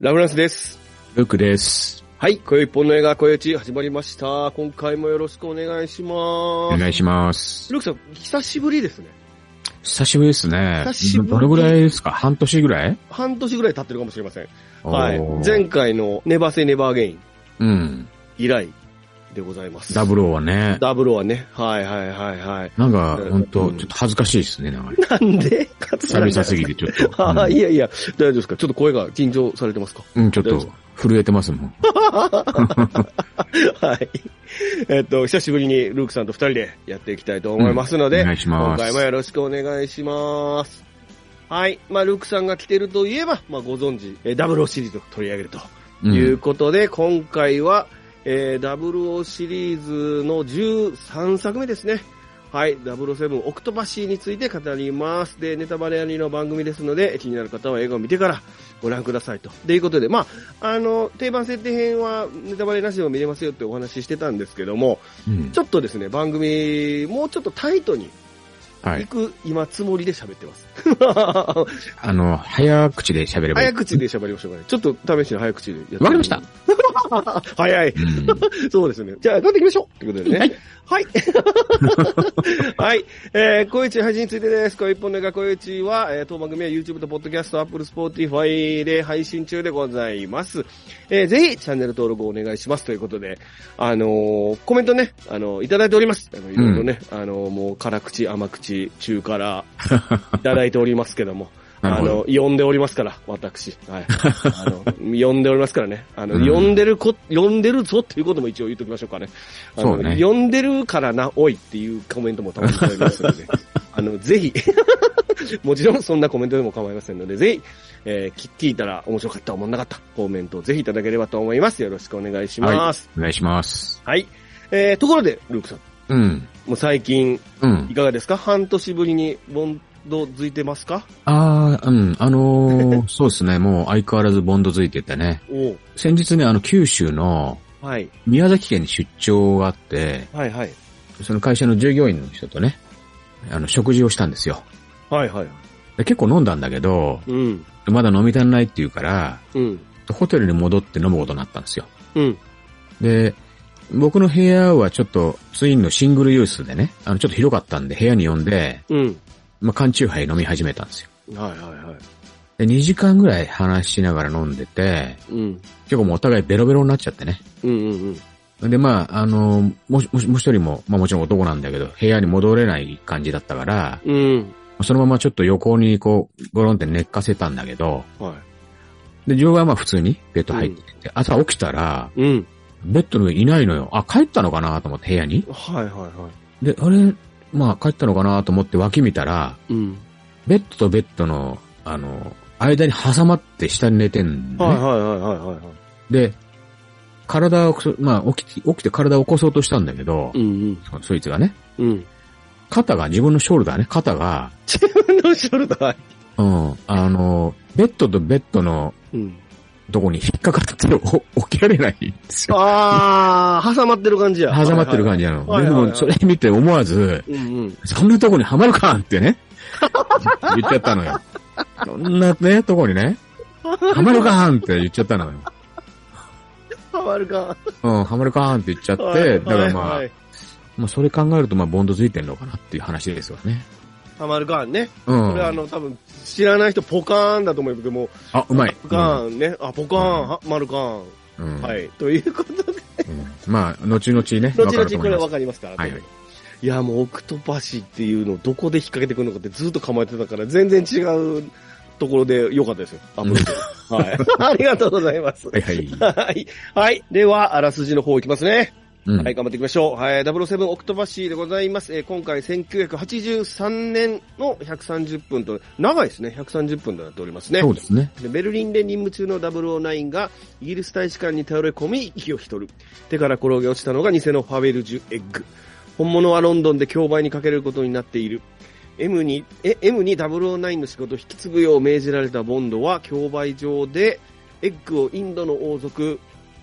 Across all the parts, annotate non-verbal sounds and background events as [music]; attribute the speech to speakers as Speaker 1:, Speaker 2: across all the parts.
Speaker 1: ラブランスです。
Speaker 2: ルークです。
Speaker 1: はい、今宵一本の映画、今宵一始まりました。今回もよろしくお願いし
Speaker 2: お
Speaker 1: ます。
Speaker 2: 願いします。
Speaker 1: ルークさん、久しぶりですね。
Speaker 2: 久しぶりですね。
Speaker 1: 久しぶり
Speaker 2: どれぐらいですか半年ぐらい
Speaker 1: 半年ぐらい経ってるかもしれません。はい
Speaker 2: お。ー
Speaker 1: 前回のネバーセイネバーゲイン
Speaker 2: うん。
Speaker 1: 以来でございます。
Speaker 2: ダブルオーはね。
Speaker 1: ダブルはね。はいはいはい
Speaker 2: [laughs]
Speaker 1: はい。
Speaker 2: なんか、ほん
Speaker 1: う
Speaker 2: と、
Speaker 1: ん
Speaker 2: ちょっと恥ずかしいですね、なんかね。
Speaker 1: なんで
Speaker 2: 久々すぎてちょっ
Speaker 1: [laughs]
Speaker 2: と。
Speaker 1: ああ、
Speaker 2: うん
Speaker 1: いやいや、大丈夫ですかちょっと声が緊張されてますか
Speaker 2: うん、ちょっと、震えてますもん。
Speaker 1: [laughs] はい。えっと、久しぶりにルークさんと二人でやっていきたいと思いますの
Speaker 2: お
Speaker 1: で、
Speaker 2: 願いし
Speaker 1: 今
Speaker 2: ま
Speaker 1: 回もよ
Speaker 2: す。
Speaker 1: ろしくお願いします。はい。まあ、ルークさんが来てるといえば、まあ、ご存知、えー、00シリーズを取り上げると
Speaker 2: うん
Speaker 1: いうことで、今回は、えー、00シリーズの13作目ですね。はい。007オクトパシーについて語ります。で、ネタバレありの番組ですので、気になる方は映画を見てからご覧くださいと。ということで、まあ、あの、定番設定編はネタバレなしでも見れますよってお話ししてたんですけども、
Speaker 2: うん
Speaker 1: ちょっとですね、番組、もうちょっとタイトに
Speaker 2: は
Speaker 1: 行
Speaker 2: い。
Speaker 1: く今つもりで喋ってます。
Speaker 2: あの、早口で喋ればいい
Speaker 1: [laughs] 早。口で喋りましょうかね。ちょっと試しに早口でやってみ
Speaker 2: わかりました。
Speaker 1: [laughs] 早い。
Speaker 2: う
Speaker 1: [laughs]
Speaker 2: ん
Speaker 1: そうですね。じゃあ、頑張っていきましょうということでね。はい。 [laughs] はい。えー、小一配信についてです。小一本の映画小一は、えー当番組は YouTube と Podcast、Apple、Spotify で配信中でございます。えー、ぜひ、チャンネル登録をお願いします。ということで、あのーコメントね、あのーいただいております。あの、いろいろね、あのーもう、辛口、甘口、中辛、いただいておりますけども。
Speaker 2: [laughs] な
Speaker 1: あ
Speaker 2: るほ
Speaker 1: の、
Speaker 2: ど。
Speaker 1: 呼んでおりますから、私。はい。あの、呼んでおりますからね。あの、
Speaker 2: うん
Speaker 1: 呼んでるこ、呼んでるぞっていうことも一応言っときましょうかね。あの、
Speaker 2: そうね
Speaker 1: 呼んでるからな、おいっていうコメントもたまにいただきますの [laughs] で、あの、ぜひ、 [laughs] もちろんそんなコメントでも構いませんので、ぜひ、えー、聞聞いたら面白かった、思んなかった、コメントをぜひいただければと思います。よろしくお願いします。
Speaker 2: お願いします。
Speaker 1: はい。えー、ところで、ルークさん。
Speaker 2: うん。
Speaker 1: もう最近、
Speaker 2: うん
Speaker 1: い。かがですか半年ぶりに、ボンドづいてますか
Speaker 2: ああ、うん。あ
Speaker 1: [laughs]
Speaker 2: のー、そうですね。もう相変わらずボンドついててね。
Speaker 1: おう
Speaker 2: 先日ね、あの、九州の
Speaker 1: はい。
Speaker 2: 宮崎県に出張があって、
Speaker 1: はいはい。
Speaker 2: その会社の従業員の人とね、あの、食事をしたんですよ。
Speaker 1: はいはい。
Speaker 2: で結構飲んだんだけど、
Speaker 1: うん。
Speaker 2: まだ飲み足んないっていうから、
Speaker 1: うん。
Speaker 2: ホテルに戻って飲むことになったんですよ。
Speaker 1: うん。
Speaker 2: で、僕の部屋はちょっとツインのシングルユースでね、あの、ちょっと広かったんで部屋に呼んで、
Speaker 1: うん。
Speaker 2: まあ、缶チューハイ飲み始めたんですよ。
Speaker 1: はいはいはい。
Speaker 2: で、2時間ぐらい話しながら飲んでて、
Speaker 1: うん。
Speaker 2: 結構もうお互いベロベロになっちゃってね。
Speaker 1: うんうん
Speaker 2: で、まあ、あの、もし、もし、もう一人も、まあもちろん男なんだけど、部屋に戻れない感じだったから、
Speaker 1: うん。うん。
Speaker 2: そのままちょっと横にこう、ゴロンって寝かせたんだけど、
Speaker 1: は
Speaker 2: で、自分はまあ普通にベッド入ってて、朝起きたら、
Speaker 1: い。うん。
Speaker 2: ベッドの上いないのよ。あ、帰ったのかなと思って部屋に。
Speaker 1: はいはいは
Speaker 2: で、あれ、まあ帰ったのかなと思って脇見たら、
Speaker 1: い。うん。
Speaker 2: ベッドとベッドの、あの、間に挟まって下に寝てんの
Speaker 1: はい
Speaker 2: ね、
Speaker 1: はいはいはいはいは
Speaker 2: で、体をくそ、まあ起きて、起きて体を起こそうとしたんだけど、
Speaker 1: い。うん
Speaker 2: そそいつがね、
Speaker 1: うん。うん。
Speaker 2: 肩が、自分のショルダーね、肩が、
Speaker 1: のショルダー。
Speaker 2: うん、あの、ベッドとベッドの
Speaker 1: うん。
Speaker 2: とこに引っかかって [laughs] お起きられないんですよ。
Speaker 1: あー、挟まってる感じや。
Speaker 2: 挟まってる感じな
Speaker 1: はい
Speaker 2: の。
Speaker 1: は
Speaker 2: で
Speaker 1: いはい
Speaker 2: も、それ見て思わず、
Speaker 1: じ。うんうん。
Speaker 2: そんなとこにはまるかっ
Speaker 1: [laughs]
Speaker 2: てね、言っちゃったのよ。そんなね、とこにね、はまるかんって言っちゃったのよ。
Speaker 1: はまるか。
Speaker 2: うん、はまるかんって言っちゃって、だからまあ、まあそれ考えると、まあ、ボンドついてんのかなっていう話ですよね。
Speaker 1: あ。はまるかんね。
Speaker 2: う
Speaker 1: これあ
Speaker 2: ん。
Speaker 1: の、多分、知らない人ポカーンだと思うけども、
Speaker 2: あ、うまい。
Speaker 1: ポカーンね。あ、ポカーン、はまるかん。
Speaker 2: うん。うん
Speaker 1: はい。ということで、
Speaker 2: うんまあ、後々ね、わ
Speaker 1: 後
Speaker 2: かる
Speaker 1: 々
Speaker 2: と
Speaker 1: こ
Speaker 2: 思い
Speaker 1: れ
Speaker 2: ま
Speaker 1: わ
Speaker 2: す。
Speaker 1: かりますから。
Speaker 2: はいはい。
Speaker 1: いや、もうオクトパシーっていうのをどこで引っ掛けてくるのかってずっと構えてたから、全然違うところで良かったです [laughs] よ。アップデート [laughs] はい。ありがとうございます。
Speaker 2: はいはい。
Speaker 1: はい。はい。では、あらすじの方いきますね。
Speaker 2: うん
Speaker 1: はい、頑張っていきましょう。はい、007オクトパシーでございます。えー今回1983年の130分と、長いですね。130分となっておりますね。
Speaker 2: そうですね。
Speaker 1: でベルリンで任務中の009がイギリス大使館に倒れ込み息を引き取る手から転げ落ちたのが偽のファベルジュエッグ本物はロンドンで競売にかけることになっている M にえ M に009の仕事を引き継ぐよう命じられたボンドは競売場でエッグをインドの王族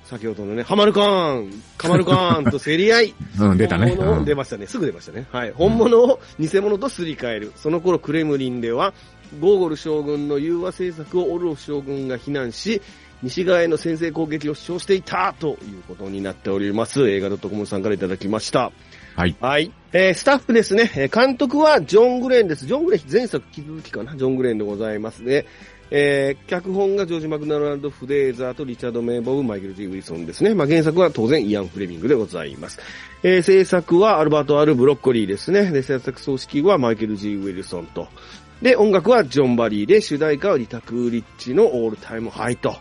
Speaker 1: 先ほどのね、ハマルカーン、カマルカーンと競り合い、
Speaker 2: うん、出たね。
Speaker 1: 本物
Speaker 2: う
Speaker 1: を
Speaker 2: ん
Speaker 1: 出ましたね。すぐ出ましたね。はい。本物を偽物とすり替える。その頃クレムリンでは、ゴーゴル将軍の融和政策をオルフ将軍が非難し、西側への先制攻撃を主張していたということになっております。映画 .com さんからいただきました。
Speaker 2: はい。
Speaker 1: はい。えースタッフですね。えー監督はジョン・グレーンです。ジョン・グレーン、前作引き続きかな。ジョン・グレーンでございますね。えー脚本がジョージ・マクナルド・フレーザーとリチャード・メイボブ・マイケル・ G ・ウィルソンですね。まあ、原作は当然イアン・フレミングでございます。えー制作はアルバート・アル・ブロッコリーですね。で、制作組織はマイケル・ G ・ウィルソンと。で、音楽はジョン・バリーで、主題歌はリタ・クーリッチのオールタイムハイと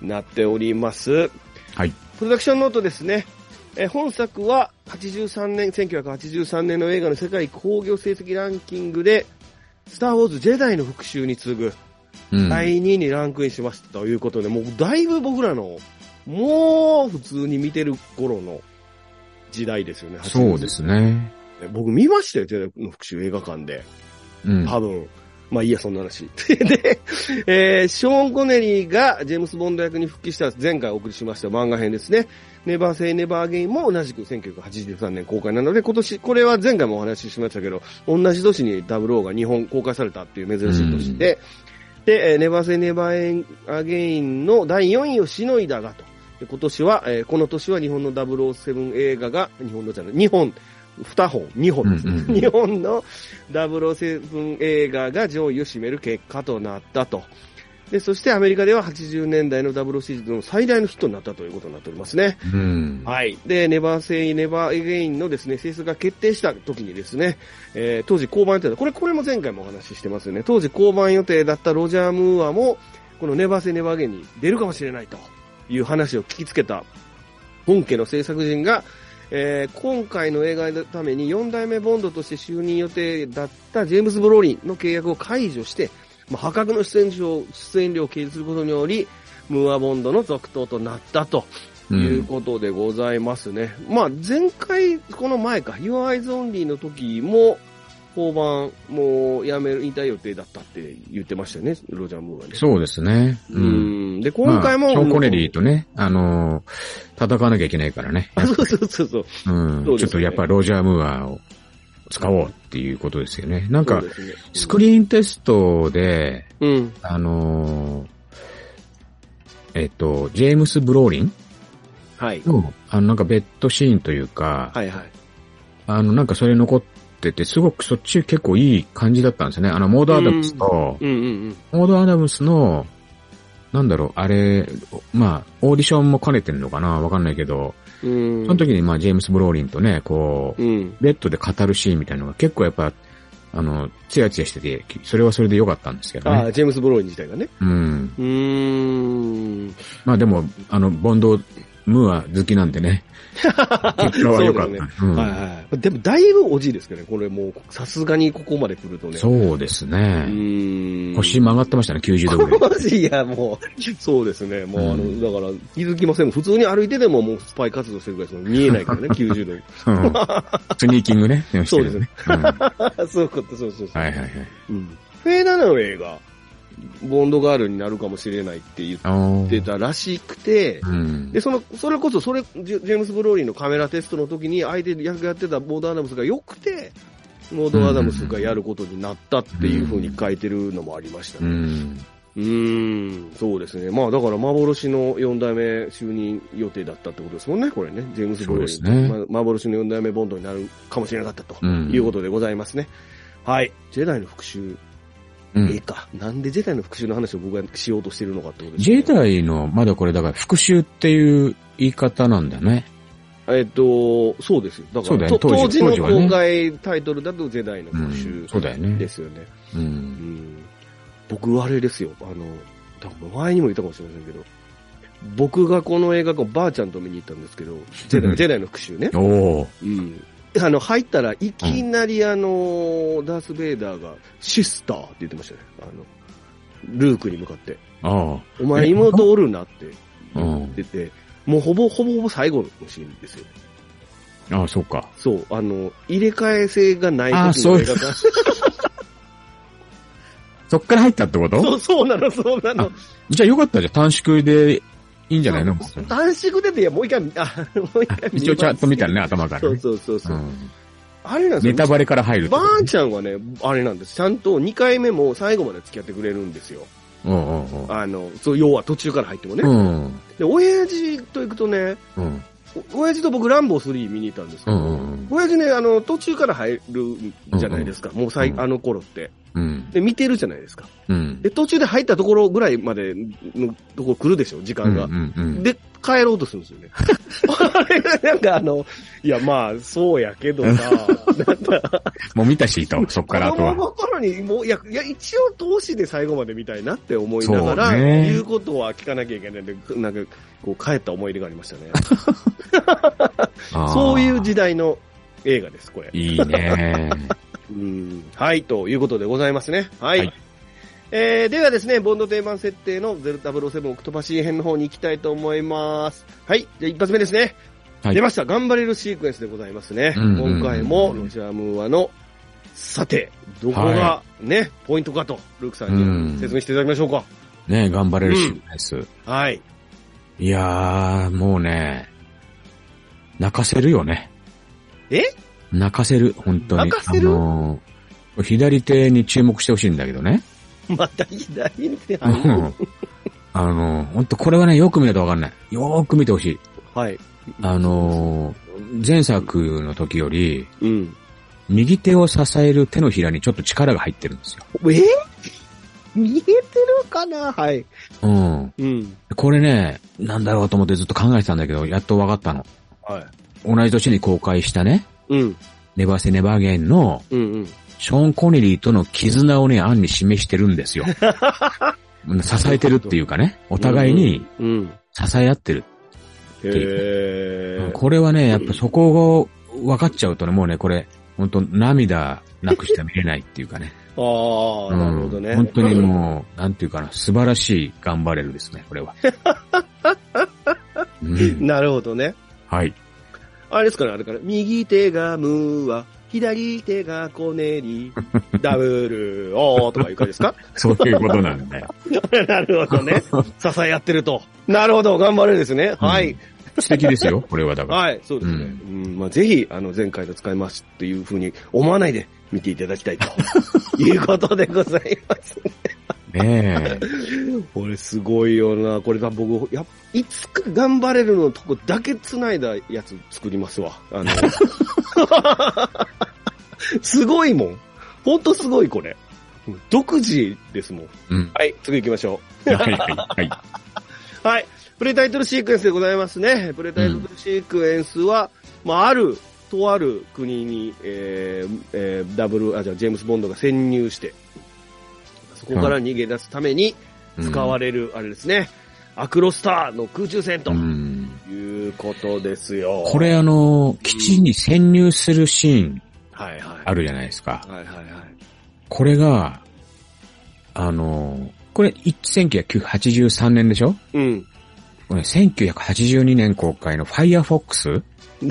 Speaker 1: なっております。
Speaker 2: はい。
Speaker 1: プロダクションノートですね。えー本作は83年、1983年の映画の世界興行成績ランキングで、スター・ウォーズ・ジェダイの復讐に次ぐ
Speaker 2: うん。
Speaker 1: 第2位にランクインしましたということで、もうだいぶ僕らの、もう普通に見てる頃の時代ですよね。
Speaker 2: そうですね。
Speaker 1: 80僕見ましたよ、ジェダイの復讐映画館で。
Speaker 2: うん。
Speaker 1: 多分。まあいいや、そんな話。 [laughs] で、えーショーン・コネリーがジェームス・ボンド役に復帰した前回お送りしました漫画編ですね。ネバー・セイ・ネバー・ゲインも同じく1983年公開なので、今年、これは前回もお話ししましたけど、同じ年にダブルオーが日本公開されたっていう珍しい年で、で、えーネバー・セイ・ネバー・アゲインの第4位をしのいだがと。で今年は、えーこの年は日本の007映画が、日本のじゃない、日本、2本、2本ですね。
Speaker 2: うんうんうん
Speaker 1: 日本の007映画が上位を占める結果となったと。で、そしてアメリカでは80年代のダブルシリーズの最大のヒットになったということになっておりますね。
Speaker 2: うん。
Speaker 1: はい。で、ネバーセイ、ネバーエゲインのですね、制作が決定した時にですね、えー当時降板予定だ、これ、これも前回もお話ししてますよね。当時降板予定だったロジャー・ムーアも、このネバーセイ、ネバーエゲインに出るかもしれないという話を聞きつけた、本家の制作陣が、えー今回の映画のために4代目ボンドとして就任予定だったジェームズ・ブローリンの契約を解除して、まあ、破格の出演料出演料を経由することにより、ムーア・ボンドの続投となったと。
Speaker 2: うん
Speaker 1: いうことでございますね。まあ、前回、この前か、Your Eyes Only の時も、交番、もう辞める、引退予定だったって言ってましたよね、ロジャー・ムーアね。
Speaker 2: そうですね。
Speaker 1: う。ん。で、今回も。
Speaker 2: まあショーン・コネリーとね、あのー戦わなきゃいけないからね。
Speaker 1: [laughs] あそう [laughs] そうそうそう。
Speaker 2: うん。
Speaker 1: そうですね
Speaker 2: ちょっとやっぱりロジャー・ムーアを使おうっていうことですよね。なんか
Speaker 1: そう、ですね
Speaker 2: スクリーンテストで、
Speaker 1: うん。
Speaker 2: あのーえっと、ジェームス・ブローリン
Speaker 1: はい。
Speaker 2: の、あの、なんかベッドシーンというか、
Speaker 1: はいはい。
Speaker 2: あの、なんかそれ残ってて、すごくそっち結構いい感じだったんですよね。あの、モード・アダムスと、
Speaker 1: うんうん
Speaker 2: モード・アダムスの、なんだろう、あれ、まあ、オーディションも兼ねてるのかなわかんないけど、
Speaker 1: うん。うん。
Speaker 2: その時にまあ、ジェームス・ブローリンとね、こう、
Speaker 1: うん。
Speaker 2: ベッドで語るシーンみたいなのが結構やっぱ、あの、ツヤツヤしてて、それはそれで良かったんですけど
Speaker 1: あ
Speaker 2: ね。
Speaker 1: あ、ジェームス・ブローイン自体がね。
Speaker 2: うん。
Speaker 1: うーん。
Speaker 2: まあでも、あの、ボンド、ムーア好きなんで
Speaker 1: [laughs]
Speaker 2: ね。結果は良かった。う
Speaker 1: はい
Speaker 2: ん
Speaker 1: はい。でも、だいぶおじいですけどね、これもう、さすがにここまで来るとね。う。
Speaker 2: そうです
Speaker 1: う
Speaker 2: ね。
Speaker 1: ーん。
Speaker 2: 腰曲がってましたね、90度ぐ
Speaker 1: [laughs]
Speaker 2: らい。
Speaker 1: マジいや、もう、そうですね。もう、あ
Speaker 2: うん
Speaker 1: の、だから、気づきません。普通に歩いてでも、もうスパイ活動してるぐらいですもん見えないから [laughs] ね、90度に。
Speaker 2: うんスニーキングね。でもしてる
Speaker 1: そうですね
Speaker 2: うんは
Speaker 1: あそういうこと、そうそう
Speaker 2: い
Speaker 1: そう。
Speaker 2: はいはい。
Speaker 1: うんフェーダ・ナウェイが、ボンドガールになるかもしれないって言
Speaker 2: あー
Speaker 1: ってたらしくて、
Speaker 2: うん
Speaker 1: で、その、それこそ、それ、ジェジェームス・ブローリーのカメラテストの時に、相手役やってたボード・アダムスが良くて、ボード・アダムスがやることになったっていう風に書いてるのもありましたね。
Speaker 2: うん。
Speaker 1: うーん、そうですね。まあだから幻の4代目就任予定だったってことですもんね、これね。ジェームズ・ボンド
Speaker 2: そうですね
Speaker 1: ま幻の4代目ボンドになるかもしれなかったと
Speaker 2: うん
Speaker 1: いうことでございますね。はい。ジェダイの復讐、
Speaker 2: う
Speaker 1: ええ
Speaker 2: ん
Speaker 1: か。なんでジェダイの復讐の話を僕がしようとしてるのかってことです
Speaker 2: 自
Speaker 1: ね。
Speaker 2: 衛隊の、まだこれだから復讐っていう言い方なんだね。
Speaker 1: えっと、そうですよ。だか
Speaker 2: そうだ
Speaker 1: ら、
Speaker 2: よね
Speaker 1: と当
Speaker 2: 当時
Speaker 1: 時の
Speaker 2: 当時はね
Speaker 1: 公開タイトルだとジェダイの
Speaker 2: う
Speaker 1: 復
Speaker 2: ん。そ
Speaker 1: 讐
Speaker 2: うだよね
Speaker 1: で。すよね。
Speaker 2: う。
Speaker 1: うんん僕、あれですよ。あの、多分前にも言ったかもしれませんけど、僕がこの映画館、ばあちゃんと見に行ったんですけど、ジェダイジェダイの復讐ね。
Speaker 2: おー。
Speaker 1: うん。あの、入ったらいきなりあの、ダース・ベイダーが、シスターって言ってましたね。あの、ルークに向かって、
Speaker 2: あ
Speaker 1: お前妹おるなって
Speaker 2: あ。うん。
Speaker 1: 言ってて、もうほぼほぼほぼ最後のシーンですよ。
Speaker 2: ああ、そうか。
Speaker 1: そう、あの、入れ替え性がない
Speaker 2: あー
Speaker 1: 時
Speaker 2: そ
Speaker 1: の
Speaker 2: う
Speaker 1: 映画館。
Speaker 2: そっから入ったってこと
Speaker 1: そう、そうなの、そうなの。
Speaker 2: じゃあよかったじゃん。短縮でいいんじゃないの
Speaker 1: 短縮でて、いや、もう一回、あもう一回見
Speaker 2: 一応ちゃんと見たらね、頭からね。
Speaker 1: そうそうそうそう、
Speaker 2: うん
Speaker 1: あれなんです
Speaker 2: ネ
Speaker 1: よ。
Speaker 2: タバレから入るって
Speaker 1: ば
Speaker 2: こと
Speaker 1: あちゃんはね、あれなんです。ちゃんと2回目も最後まで付き合ってくれるんですよ。
Speaker 2: うんうん
Speaker 1: あの、そう、要は途中から入ってもね。
Speaker 2: うん。うん。
Speaker 1: で、親父と行くとね、
Speaker 2: うん。
Speaker 1: お親父と僕、ランボー3見に行ったんですけ
Speaker 2: う
Speaker 1: ど、
Speaker 2: ん。
Speaker 1: 親父ね、あの、途中から入るんじゃないですか。もう最、
Speaker 2: うん
Speaker 1: あの頃って。
Speaker 2: うん。
Speaker 1: で、見てるじゃないですか。
Speaker 2: うん。
Speaker 1: で、途中で入ったところぐらいまでのところ来るでしょ、時間が
Speaker 2: う。んうん。
Speaker 1: で、帰ろうとするんですよね。あれが [laughs] なんかあの、いや、まあ、そうやけどさ、
Speaker 2: もう見たしと、そっからあと
Speaker 1: 子供
Speaker 2: は。
Speaker 1: の頃に、もう、いや、いや一応投資で最後まで見たいなって思いながら、
Speaker 2: そうね
Speaker 1: 言うことは聞かなきゃいけないんで、なんか、こう、帰った思い出がありましたね。
Speaker 2: あー
Speaker 1: そういう時代の映画です、これ。
Speaker 2: いいね。
Speaker 1: うんはい、ということでございますね。はい。
Speaker 2: はい
Speaker 1: えー、ではですね、ボンド定番設定の007オクトパシー編の方に行きたいと思います。はい、じゃあ一発目ですね。
Speaker 2: はい
Speaker 1: 出ました、頑張れるシークエンスでございますね。
Speaker 2: うんうんうん
Speaker 1: 今回も、ロジャームーアの、さて、どこが
Speaker 2: は
Speaker 1: ね、ポイントかと、ルークさん
Speaker 2: うん
Speaker 1: に説明していただきましょうか。
Speaker 2: ね頑張れるし、ナイス。
Speaker 1: はい。
Speaker 2: いやー、もうね、泣かせるよね。
Speaker 1: え
Speaker 2: 泣かせる、本当
Speaker 1: 泣
Speaker 2: に。
Speaker 1: かせる
Speaker 2: あのー左手に注目してほしいんだけどね。
Speaker 1: また左に手
Speaker 2: う
Speaker 1: 入る
Speaker 2: ん [laughs] あのー、本当これはね、よく見ないとわかんない。よーく見てほしい。
Speaker 1: はい。
Speaker 2: あのー、前作の時より、
Speaker 1: うん。
Speaker 2: 右手を支える手のひらにちょっと力が入ってるんですよ。
Speaker 1: えー見えてるかなはい。
Speaker 2: うん。
Speaker 1: うん。
Speaker 2: これね、なんだろうと思ってずっと考えてたんだけど、やっとわかったの。
Speaker 1: はい。
Speaker 2: 同じ年に公開したね、
Speaker 1: うん。
Speaker 2: ネバーセネバーゲンの、
Speaker 1: うんうん。
Speaker 2: ショーン・コネリーとの絆をね、暗に示してる
Speaker 1: [laughs]
Speaker 2: んですよ。支えてるっていうかね、お互いに
Speaker 1: うん。
Speaker 2: 支え合ってる。
Speaker 1: へえ。
Speaker 2: これはね、やっぱそこを分かっちゃうとね、もうね、これ、本当涙なくしては見れないっていうかね。
Speaker 1: [laughs] ああ、なるほど
Speaker 2: う
Speaker 1: ね。
Speaker 2: ん本当にもう、なんていうかな、素晴らしい頑張れるですね、これ
Speaker 1: [laughs]
Speaker 2: は。うん
Speaker 1: なるほどね。
Speaker 2: はい。
Speaker 1: あれですかね、あれから。右手がムーア、左手がコネ
Speaker 2: [laughs]
Speaker 1: リ、ダブルオーとかいう感じですか
Speaker 2: そういうことなんだよ。
Speaker 1: なるほどね。支え合ってると。なるほど、頑張れるですね。はい。
Speaker 2: 素敵ですよ、これはだから。
Speaker 1: はい、そうですね。
Speaker 2: う
Speaker 1: うんまあ、ぜひ、あの、前回と使いますっていうふうに思わないで見ていただきたいということでございます。
Speaker 2: ね
Speaker 1: これすごいよな。これだ、僕、やっいつか頑張れるのとこだけ繋いだやつ作りますわ。あ [laughs] の、すごいもん。ほんとすごいこれ。独自ですもん。
Speaker 2: え。うん。
Speaker 1: はい、次行きましょ
Speaker 2: はいはいは
Speaker 1: う。はい、プレタイトルシークエンスでございますね。プレタイトルシークエンスは、まあ、ある、とある国に、えーえーダブル、あ、じゃあジェームス・ボンドが潜入して、そこから逃げ出すために、
Speaker 2: い。
Speaker 1: 使わ
Speaker 2: れ
Speaker 1: れる、あれですね、アクロスターの空中戦と
Speaker 2: うん。
Speaker 1: いうことですよ。
Speaker 2: これあの、基地に潜入するシーン
Speaker 1: はいはい。
Speaker 2: あるじゃないですか。
Speaker 1: はいはいはい。
Speaker 2: これが、あの、これ1983年でしょ
Speaker 1: うん。 [laughs]
Speaker 2: これ1982年公開の Firefox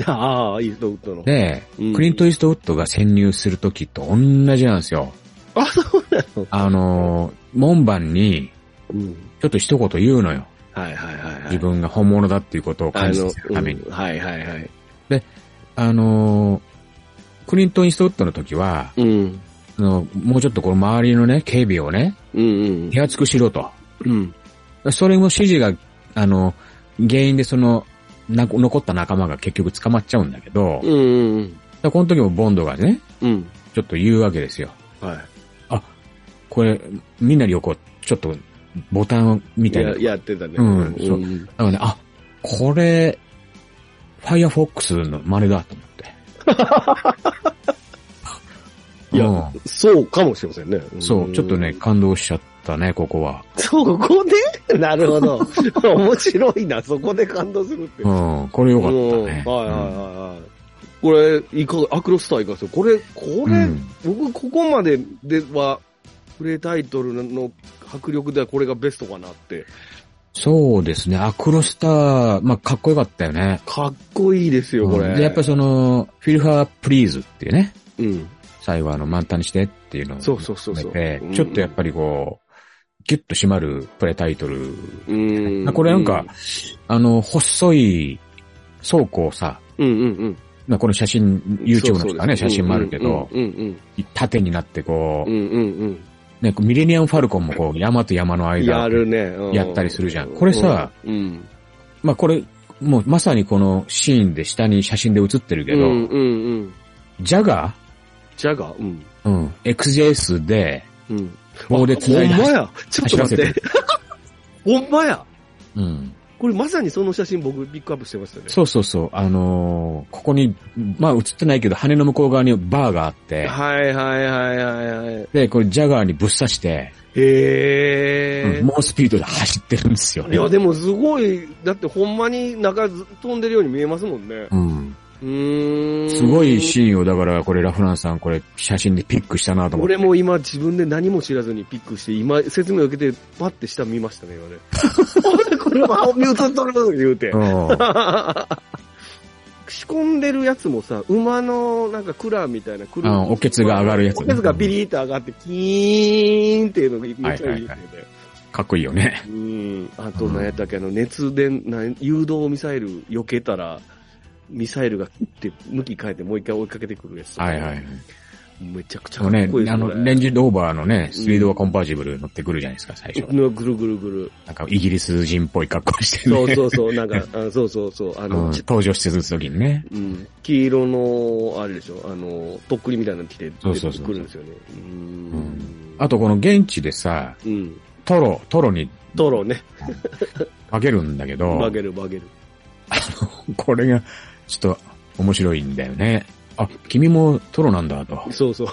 Speaker 1: ああ、イーストウッドの。
Speaker 2: で、
Speaker 1: うん
Speaker 2: クリント・イーストウッドが潜入するときと同じなんですよ。
Speaker 1: あ、そうなの
Speaker 2: あの、門番に
Speaker 1: うん。
Speaker 2: ちょっと一言言うのよ。
Speaker 1: はいはいはいはい。
Speaker 2: 自分が本物だっていうことを感じさせるために
Speaker 1: あ。のうんはいはいはい。
Speaker 2: あの、クリント・イーストウッドの時は、
Speaker 1: うん。
Speaker 2: あのもうちょっとこの周りのね、警備をね、
Speaker 1: うん
Speaker 2: 手厚くしろと。
Speaker 1: うん。うん。
Speaker 2: それも指示が、あの、原因でその、な残った仲間が結局捕まっちゃうんだけど、
Speaker 1: うんうん
Speaker 2: この時もボンドがね、
Speaker 1: うん。うん。
Speaker 2: ちょっと言うわけですよ。
Speaker 1: はい。
Speaker 2: これ、みんなに横、ちょっと、ボタンみたいな。
Speaker 1: ややってたね。
Speaker 2: うんそう
Speaker 1: うん
Speaker 2: だからね、あ、これ、Firefox の真似だと思って。
Speaker 1: [laughs] いや
Speaker 2: うん
Speaker 1: そうかもしれませんね。ん
Speaker 2: そう、ちょっとね、。感動しちゃったね、ここは。
Speaker 1: そうこで [laughs] なるほど。面白いな、そこで感動するって。
Speaker 2: うん、これよかったね。
Speaker 1: うんはいはいはいはい。これ、いかが、アクロスターいかがですかこれ、こ
Speaker 2: う
Speaker 1: れ、
Speaker 2: ん
Speaker 1: 僕、ここまででは、プレイタイトルの迫力ではこれがベストかなって。
Speaker 2: そうですね、アクロスター、まあ、かっこよかったよね。
Speaker 1: かっこいいですよ、これ。
Speaker 2: で、やっぱその、フィルファープリーズっていうね、
Speaker 1: うん。
Speaker 2: 最後あの、満タンにしてっていうのを、
Speaker 1: そうそうそうそう
Speaker 2: 含めて
Speaker 1: うん
Speaker 2: ちょっとやっぱりこう、ギュッと締まるプレタイトル。
Speaker 1: うん。
Speaker 2: これなんか、あの、細い倉庫をさ、
Speaker 1: うん、うんうん
Speaker 2: まあこの写真、
Speaker 1: うん。
Speaker 2: YouTube の人がね、写真もあるけど、
Speaker 1: うんうん
Speaker 2: 縦になってこ
Speaker 1: うん。うんうんうん。
Speaker 2: ね、こうミレニアムファルコンもこう、山と山の間。
Speaker 1: やるね。うん
Speaker 2: やったりするじゃんこれさ、
Speaker 1: うん。
Speaker 2: まあこれ、もうまさにこのシーンで下に写真で写ってるけど、
Speaker 1: うんうんうん。
Speaker 2: ジャガ
Speaker 1: ジャガーうん。
Speaker 2: ーうん。XJS で、
Speaker 1: うん。
Speaker 2: 棒で繋いで
Speaker 1: ほんま
Speaker 2: 走
Speaker 1: や。ちょっと待っ
Speaker 2: 走らせ
Speaker 1: て。 [laughs] ほんまや。
Speaker 2: うん。
Speaker 1: これまさにその写真僕ピックアップしてましたね。
Speaker 2: そうそうそう。あのーここに、まあ映ってないけど、羽の向こう側にバーがあって、
Speaker 1: はいはいはいはいはい。
Speaker 2: で、これジャガーにぶっ刺して、
Speaker 1: へ
Speaker 2: 猛スピードで走ってるんですよ
Speaker 1: ー。い
Speaker 2: ね。
Speaker 1: や、でもすごい、だってほんまに中ず飛んでるように見えますもんね。
Speaker 2: うん。
Speaker 1: うーん。
Speaker 2: すごいシーンを、だからこれラフランさん、これ写真でピックしたなと思って。
Speaker 1: 俺も今自分で何も知らずにピックして、今説明を受けて、パッて下見ましたね、今 [laughs] ね。これはミュート取る言うて。
Speaker 2: うん
Speaker 1: 仕込んでるやつもさ、馬のなんかクラみたいなク
Speaker 2: あおけつが上がるやつ
Speaker 1: おけつがビリーと上がって、キーンっていうのがめっちゃいいですよね。
Speaker 2: はいはいかっこいいよね。
Speaker 1: うん。あと何やったっけ、あの、熱電、なん誘導ミサイル避けたら、ミサイルが切って向き変えてもう一回追いかけてくるやつ。
Speaker 2: はいはい。。
Speaker 1: めちゃくちゃ
Speaker 2: あ
Speaker 1: か
Speaker 2: の
Speaker 1: っ
Speaker 2: ね
Speaker 1: こいい、です
Speaker 2: あ
Speaker 1: よ
Speaker 2: の、レンジローバーのね、スピードはコンバージブル乗ってくるじゃないですか、最初。
Speaker 1: うんぐるぐるぐる。
Speaker 2: なんかイギリス人っぽい格好して
Speaker 1: そう
Speaker 2: ね。
Speaker 1: そうそう、なん
Speaker 2: [laughs]
Speaker 1: か、あそうそうそう、あ
Speaker 2: う
Speaker 1: の、
Speaker 2: ん
Speaker 1: ち
Speaker 2: 登場してる時にね。
Speaker 1: うん、黄色の、あれでしょ、あの、とっくりみたいなの着て
Speaker 2: そう
Speaker 1: 出
Speaker 2: そう
Speaker 1: て
Speaker 2: そう
Speaker 1: くるんですよね。うーん。
Speaker 2: あとこの現地でさ、
Speaker 1: うん。
Speaker 2: トロ、トロに
Speaker 1: ドローね。
Speaker 2: 化けるんだけ
Speaker 1: 曲
Speaker 2: ど、
Speaker 1: げる曲げる。
Speaker 2: これがちょっと面白いんだよね。あ、君もトロなんだと。
Speaker 1: [laughs] そうそう。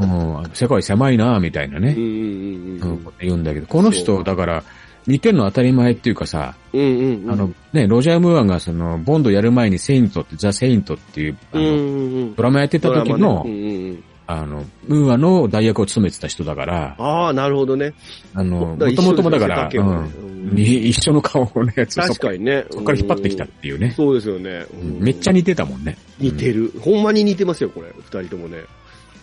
Speaker 2: うん、世界狭いな、みたいな
Speaker 1: うん
Speaker 2: ね、
Speaker 1: うんうんう。
Speaker 2: うんん、こと言うんだけど、この
Speaker 1: そ
Speaker 2: 人、
Speaker 1: う
Speaker 2: だから、似てるの当たり前っていうかさ、
Speaker 1: うんうんうん。
Speaker 2: あの、ね、ロジャー・ムーアンがその、ボンドやる前にセイントって、ザ・セイントっていう、あ
Speaker 1: うん
Speaker 2: の、
Speaker 1: うんうん。
Speaker 2: ドラマやってた時
Speaker 1: ドラ
Speaker 2: の、
Speaker 1: マねうんうんうん。
Speaker 2: あの、ムーアの代役を務めてた人だから、
Speaker 1: ああ、なるほどね。
Speaker 2: あの、
Speaker 1: だ
Speaker 2: もともともだから、
Speaker 1: 一緒ですよ
Speaker 2: う
Speaker 1: ね
Speaker 2: ん、
Speaker 1: うん
Speaker 2: に一緒の顔のやつ、そ
Speaker 1: 確
Speaker 2: こ
Speaker 1: かにね。
Speaker 2: そこから引っ張ってきたっ
Speaker 1: うん
Speaker 2: ていうね。
Speaker 1: そうですよね。
Speaker 2: う
Speaker 1: うん
Speaker 2: んめっちゃ似てたもんね。
Speaker 1: 似てる。ほんまに似てますよ、これ。二人ともね。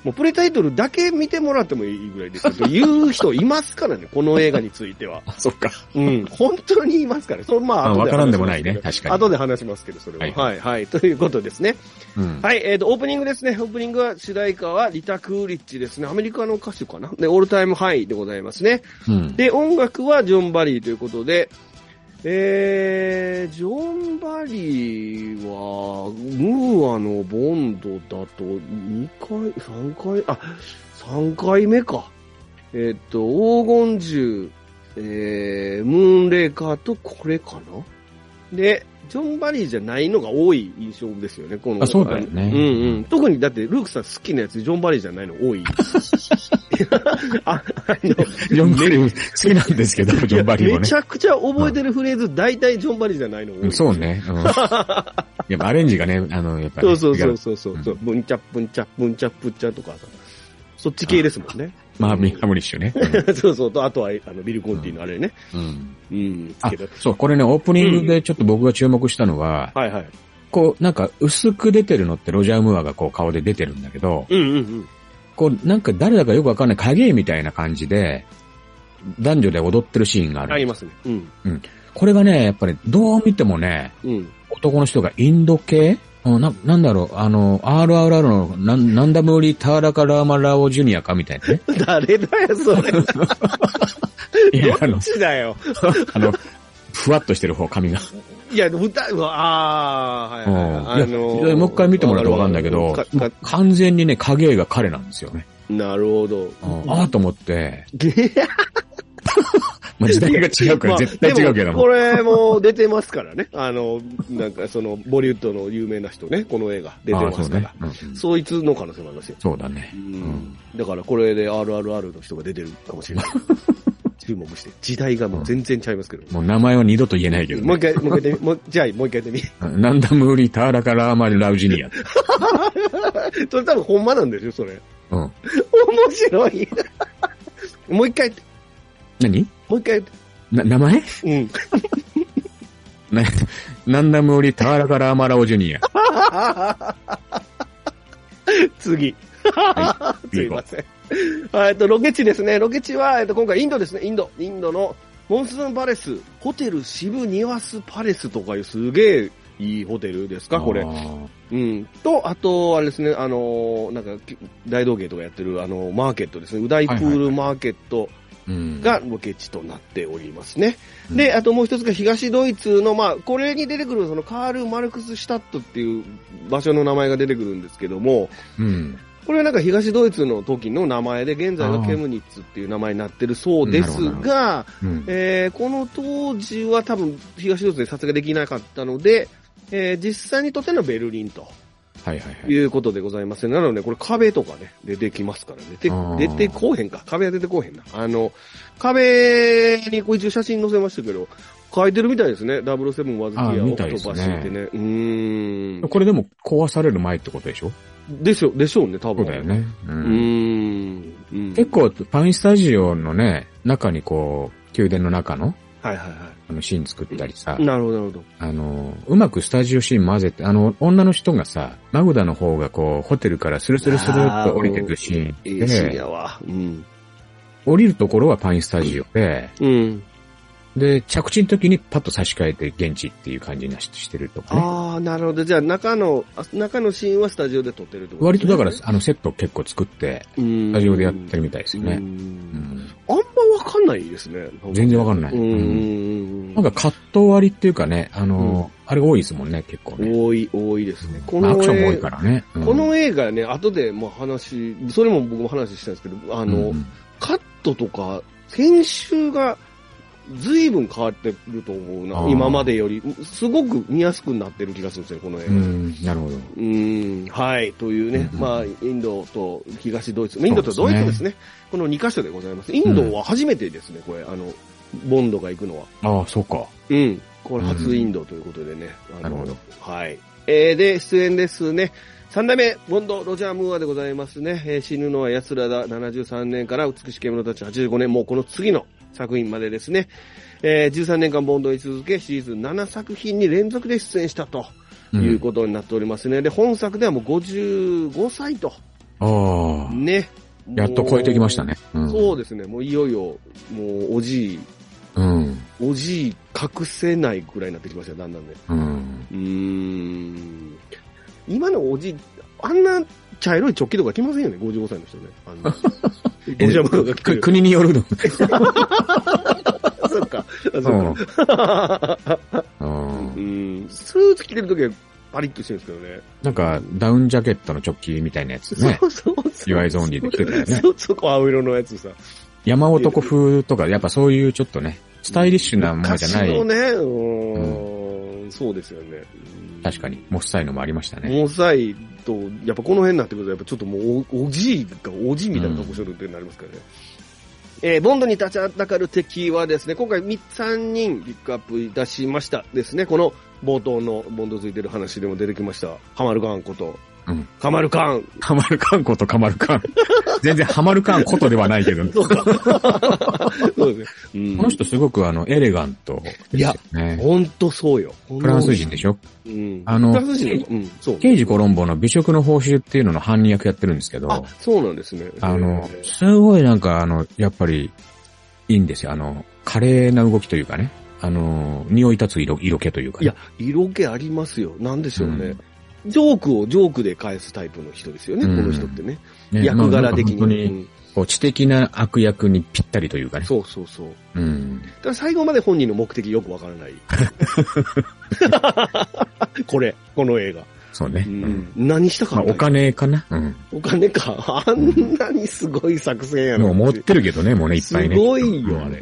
Speaker 1: もうプレタイトルだけ見てもらってもいいぐらいです
Speaker 2: [laughs]
Speaker 1: けど、言う人いますからね、この映画については。
Speaker 2: あ、そっか。
Speaker 1: うん、本当にいますからね。それまあ、
Speaker 2: ま
Speaker 1: 後
Speaker 2: あわ
Speaker 1: 話しますけど
Speaker 2: からんでもないね確かに
Speaker 1: 後で話しますけど、それは。
Speaker 2: はい
Speaker 1: はい、はい。ということですね。
Speaker 2: うん。
Speaker 1: はい、えっ、と、オープニングですね。オープニングは主題歌はリタ・クーリッチですね。アメリカの歌手かな。で、オールタイムハイでございますね。
Speaker 2: うん。
Speaker 1: で、音楽はジョン・バリーということで、えー、ジョン・バリーは、ムーアのボンドだと2回、3回、あ、3回目か。えっと、黄金銃、えー、ムーンレーカーとこれかなで、ジョン・バリーじゃないのが多い印象ですよね、この。
Speaker 2: あそうだよね
Speaker 1: うんうん。特にだって、ルークさん好きなやつ、ジョン・バリーじゃないの多い。あ、あの、
Speaker 2: ジョン・バリー、好きなんですけど、ジョン・バリーも
Speaker 1: め
Speaker 2: ね
Speaker 1: ち。ゃくちゃ覚えてるフレーズ、大体ジョン・バリーじゃないの
Speaker 2: うんそう。ね。うん
Speaker 1: [laughs]
Speaker 2: やっぱアレンジがね、あの、やっぱり
Speaker 1: そ
Speaker 2: 違
Speaker 1: うそうそうそうそうう。
Speaker 2: ん
Speaker 1: そうブンチャップンチャップンチャップンチャとかさ。そっち系ですもんね。
Speaker 2: まあ、ミハムリッシュね。
Speaker 1: そうそう。と、あとは、あの、ビル・コンティのあれね。
Speaker 2: うん。
Speaker 1: うん。
Speaker 2: あ
Speaker 1: けど。、
Speaker 2: そう、これね、オープニングでちょっと僕が注目したのは、
Speaker 1: はいはい。
Speaker 2: こう、なんか薄く出てるのってロジャー・ムーアがこう顔で出てるんだけど、
Speaker 1: うんうんうん。
Speaker 2: こう、なんか誰だかよくわかんない影絵みたいな感じで、男女で踊ってるシーンがあ
Speaker 1: あり
Speaker 2: る。
Speaker 1: ますね。うん。
Speaker 2: これがね、やっぱりどう見てもね、
Speaker 1: うん。
Speaker 2: 男の人がインド系うんな、なんだろう、あの、RRR の、なん、なんだムーリーターラカラーマラーオジュニアかみたい
Speaker 1: [laughs]
Speaker 2: なね。
Speaker 1: 誰だよ、それ。どっ
Speaker 2: いや、あの、
Speaker 1: ちだよ。
Speaker 2: あの、ふわっとしてる方、髪が。
Speaker 1: いや、歌、うわあー、はいはいはい。あ
Speaker 2: うん
Speaker 1: の
Speaker 2: いやもう一回見てもらうとわかるんだけど
Speaker 1: かか
Speaker 2: 完全にね、影絵が彼なんですよね。
Speaker 1: なるほど。
Speaker 2: うんああと思って、まあ、時代が違うから
Speaker 1: まあ
Speaker 2: 絶対違うけど
Speaker 1: で
Speaker 2: も。
Speaker 1: これも出てますからね。 [laughs] あの、なんかその、ボリュッドの有名な人ね、この映画出て
Speaker 2: ああ
Speaker 1: ますから。
Speaker 2: そうね、うんうん
Speaker 1: そいつの可能性もありますよ。
Speaker 2: そうだね
Speaker 1: う。ん。だからこれで RRR の人が出てるかもしれ
Speaker 2: [laughs]
Speaker 1: ない。注目して。時代がもう全然ちゃいますけど。
Speaker 2: もう名前は二度と言えないけど、
Speaker 1: もう一
Speaker 2: ね。
Speaker 1: 回、もう一回やってみ、もう、じゃあもう一回
Speaker 2: [laughs]
Speaker 1: やって
Speaker 2: なんだムーリーターラカラーマルラウジニア。
Speaker 1: み。それ多分ほんまなんですよ、それ。
Speaker 2: うん。
Speaker 1: 面白い。 [laughs] もう一回やって、
Speaker 2: 何
Speaker 1: もう一回やって。
Speaker 2: な、名前
Speaker 1: う
Speaker 2: [laughs]
Speaker 1: ん。
Speaker 2: な、 [laughs] なんだムーリーターラカラーマラオジュニア。
Speaker 1: 次。
Speaker 2: は
Speaker 1: [laughs] すいません。えっと、ロケ地ですね。ロケ地は、えっと、今回インドですね。インド。インドのモンスーンパレス、ホテルシブニワスパレスとかいうすげえいいホテルですか、これ
Speaker 2: あ。ー
Speaker 1: うん。と、あと、あれですね、あのーなんか、き大道芸とかやってる、あのーマーケットですね。うだいプールマーケット
Speaker 2: うん。
Speaker 1: がロケ地となっておりますね。
Speaker 2: うん
Speaker 1: で、あともう一つが東ドイツの、まあ、これに出てくる、その、カール・マルクス・シュタットっていう場所の名前が出てくるんですけども、
Speaker 2: うん。
Speaker 1: これはなんか東ドイツの時の名前で、現在はケムニッツっていう名前になってるそうです
Speaker 2: あーなるほど
Speaker 1: が、
Speaker 2: うん。
Speaker 1: えーこの当時は多分東ドイツで撮影できなかったので、えー実際にとってのベルリンと
Speaker 2: はいはいはいい。
Speaker 1: うことでございますね。なので、これ壁とかね、出てきますから、出て
Speaker 2: あ、ー
Speaker 1: 出てこうへんか。壁は出てこうへんな。あの、壁にこう一応写真載せましたけど、書いてるみたいですね。007ワズキ
Speaker 2: あー
Speaker 1: アを
Speaker 2: みたい
Speaker 1: 飛
Speaker 2: で
Speaker 1: ば
Speaker 2: すね
Speaker 1: してね。うーん。
Speaker 2: これでも壊される前ってことでしょ
Speaker 1: でしょ、でしょうね、多
Speaker 2: そ
Speaker 1: 分。
Speaker 2: うだよ。ね。う。
Speaker 1: うんーん。うん、
Speaker 2: 結。構、パンスタジオのね、中にこう、宮殿の中の、
Speaker 1: はいはいは
Speaker 2: あの、シーン作ったりさ
Speaker 1: い。、なるほど、なるほど。
Speaker 2: あの、うまくスタジオシーン混ぜて、あの、女の人がさ、マグダの方がこう、ホテルからスルスルスルっと降りてくシーン
Speaker 1: いいシーン
Speaker 2: で、
Speaker 1: やわ。うん。
Speaker 2: 降りるところはパインスタジオで、
Speaker 1: うん。
Speaker 2: で、着地の時にパッと差し替えて現地っていう感じにしてるとかね。
Speaker 1: ああ、なるほど。じゃあ、中の、あ中のシーンはスタジオで撮ってるってこと
Speaker 2: 割とだから
Speaker 1: ス、
Speaker 2: あの、セット結構作って、スタ
Speaker 1: タ
Speaker 2: ジオでやってるみたいですよね。う
Speaker 1: ね。
Speaker 2: ん
Speaker 1: あんまわかんないですね。
Speaker 2: 全然わかんない。
Speaker 1: う
Speaker 2: うん
Speaker 1: ん。
Speaker 2: なんか、カット割りっていうかね、あの、あれ多いですもんね、結構ね。
Speaker 1: 多い、多いですね。こ
Speaker 2: まあアクションも多
Speaker 1: 映
Speaker 2: いからね。うん
Speaker 1: この映画ね、後で、まあ話、それも僕も話したんですけど、あの、
Speaker 2: うん
Speaker 1: カットとか、編集が、随分変わってくると思う
Speaker 2: あ
Speaker 1: な。
Speaker 2: ー
Speaker 1: 今までより、すごく見やすくなってる気がするんですよ、この映画。
Speaker 2: うん、なるほど。
Speaker 1: うーん、はい、というね、
Speaker 2: うん
Speaker 1: まあ、インドと東ドイツ、インドとドイツですね、この2カ所でございます。インドは初めてですね、これ、あの、ボンドが行くのは。
Speaker 2: ああ、そうか。
Speaker 1: うん、これ初インドということでね。あの
Speaker 2: なるほ
Speaker 1: はい。えー、で、出演ですね。3代目、ボンド、ロジャー・ムーアでございますね。えー死ぬのは奴らだ、73年から美しき獣たち85年、もうこの次の作品までですね。えー13年間ボンドに続け、シリーズン7作品に連続で出演したと。
Speaker 2: うん
Speaker 1: いうことになっておりますね。で、本作ではもう55歳と、
Speaker 2: ああ、
Speaker 1: ね。
Speaker 2: やっと超えてきましたね。う
Speaker 1: もう。
Speaker 2: ん。
Speaker 1: そうですね。もういよいよ、もうおじい、
Speaker 2: うん。
Speaker 1: おじい隠せないくらいになってきましたよ、だんだんね。
Speaker 2: うん。
Speaker 1: うーん。今のおじい、あんな茶色いチョッキとか着ませんよね、55歳の人ね。あんな。
Speaker 2: [laughs]
Speaker 1: ごちゃごちゃが着
Speaker 2: く
Speaker 1: る。
Speaker 2: 国によ
Speaker 1: [laughs]
Speaker 2: るの。
Speaker 1: そっか。あ
Speaker 2: う
Speaker 1: そ
Speaker 2: ん
Speaker 1: っか。
Speaker 2: うん
Speaker 1: うん。スーツ着てるときはパリッとしてるんですけどね。
Speaker 2: なんか、ダウンジャケットの直帰みたいなやつね。
Speaker 1: そうそうそう。
Speaker 2: 岩井ゾンリーで着てたよね。
Speaker 1: そうそう、こう青色のやつさ。
Speaker 2: 山男風とか、やっぱそういうちょっとね、スタイリッシュなものじゃな
Speaker 1: 昔の
Speaker 2: い、
Speaker 1: ね、うーん、そうですよね。うん
Speaker 2: 確かに。、もっさいのもありましたね。
Speaker 1: モサイと、やっぱこの辺になってくると、やっぱちょっともうお、おじいがおじいみたいな格好してるってなりますからね。えーボンドに立ちはだかる敵はですね、今回3、三人ピックアップいたしましたですね。この冒頭のボンドついてる話でも出てきました。ハマルカーンこと。
Speaker 2: うん
Speaker 1: ハマルカ
Speaker 2: [laughs]
Speaker 1: ーン。
Speaker 2: ハマるかんことかまるかん。全然ハマるかんことではないけど、
Speaker 1: そうか。そうですね。うん
Speaker 2: この人すごくあの、エレガントですよね。
Speaker 1: ほんとそうよ。
Speaker 2: フランス人でしょ
Speaker 1: うん。
Speaker 2: あの
Speaker 1: フランス人の、うん、そう。
Speaker 2: ケイジ・コロンボの美食の報酬っていうのの犯人役やってるんですけど、
Speaker 1: あ、そうなんですね。
Speaker 2: あの
Speaker 1: え、ー
Speaker 2: すごいなんかあの、やっぱり、いいんですよ。あの、華麗な動きというかね。あの、匂い立つ色、色気というか、
Speaker 1: いや、、色気ありますよ。なんでしょうね。ジョークをジョークで返すタイプの人ですよね、
Speaker 2: うん
Speaker 1: この人ってね。
Speaker 2: ね
Speaker 1: 役
Speaker 2: まあな
Speaker 1: 柄
Speaker 2: んか
Speaker 1: 的
Speaker 2: 本当
Speaker 1: に。う
Speaker 2: に、
Speaker 1: ん
Speaker 2: こう、知的な悪役にぴったりというかね。
Speaker 1: そうそうそう。
Speaker 2: うん。
Speaker 1: だから最後まで本人の目的よくわから
Speaker 2: [laughs]
Speaker 1: ない。これ、この映画。
Speaker 2: そうね。
Speaker 1: う
Speaker 2: うん
Speaker 1: ん、何したか
Speaker 2: まあ、
Speaker 1: った
Speaker 2: お金かなうん。
Speaker 1: お金か。あんなにすごい作戦や
Speaker 2: も
Speaker 1: の
Speaker 2: う
Speaker 1: に
Speaker 2: 持ってるけどね、もうね、いっぱいね。
Speaker 1: すごいよ、あれ。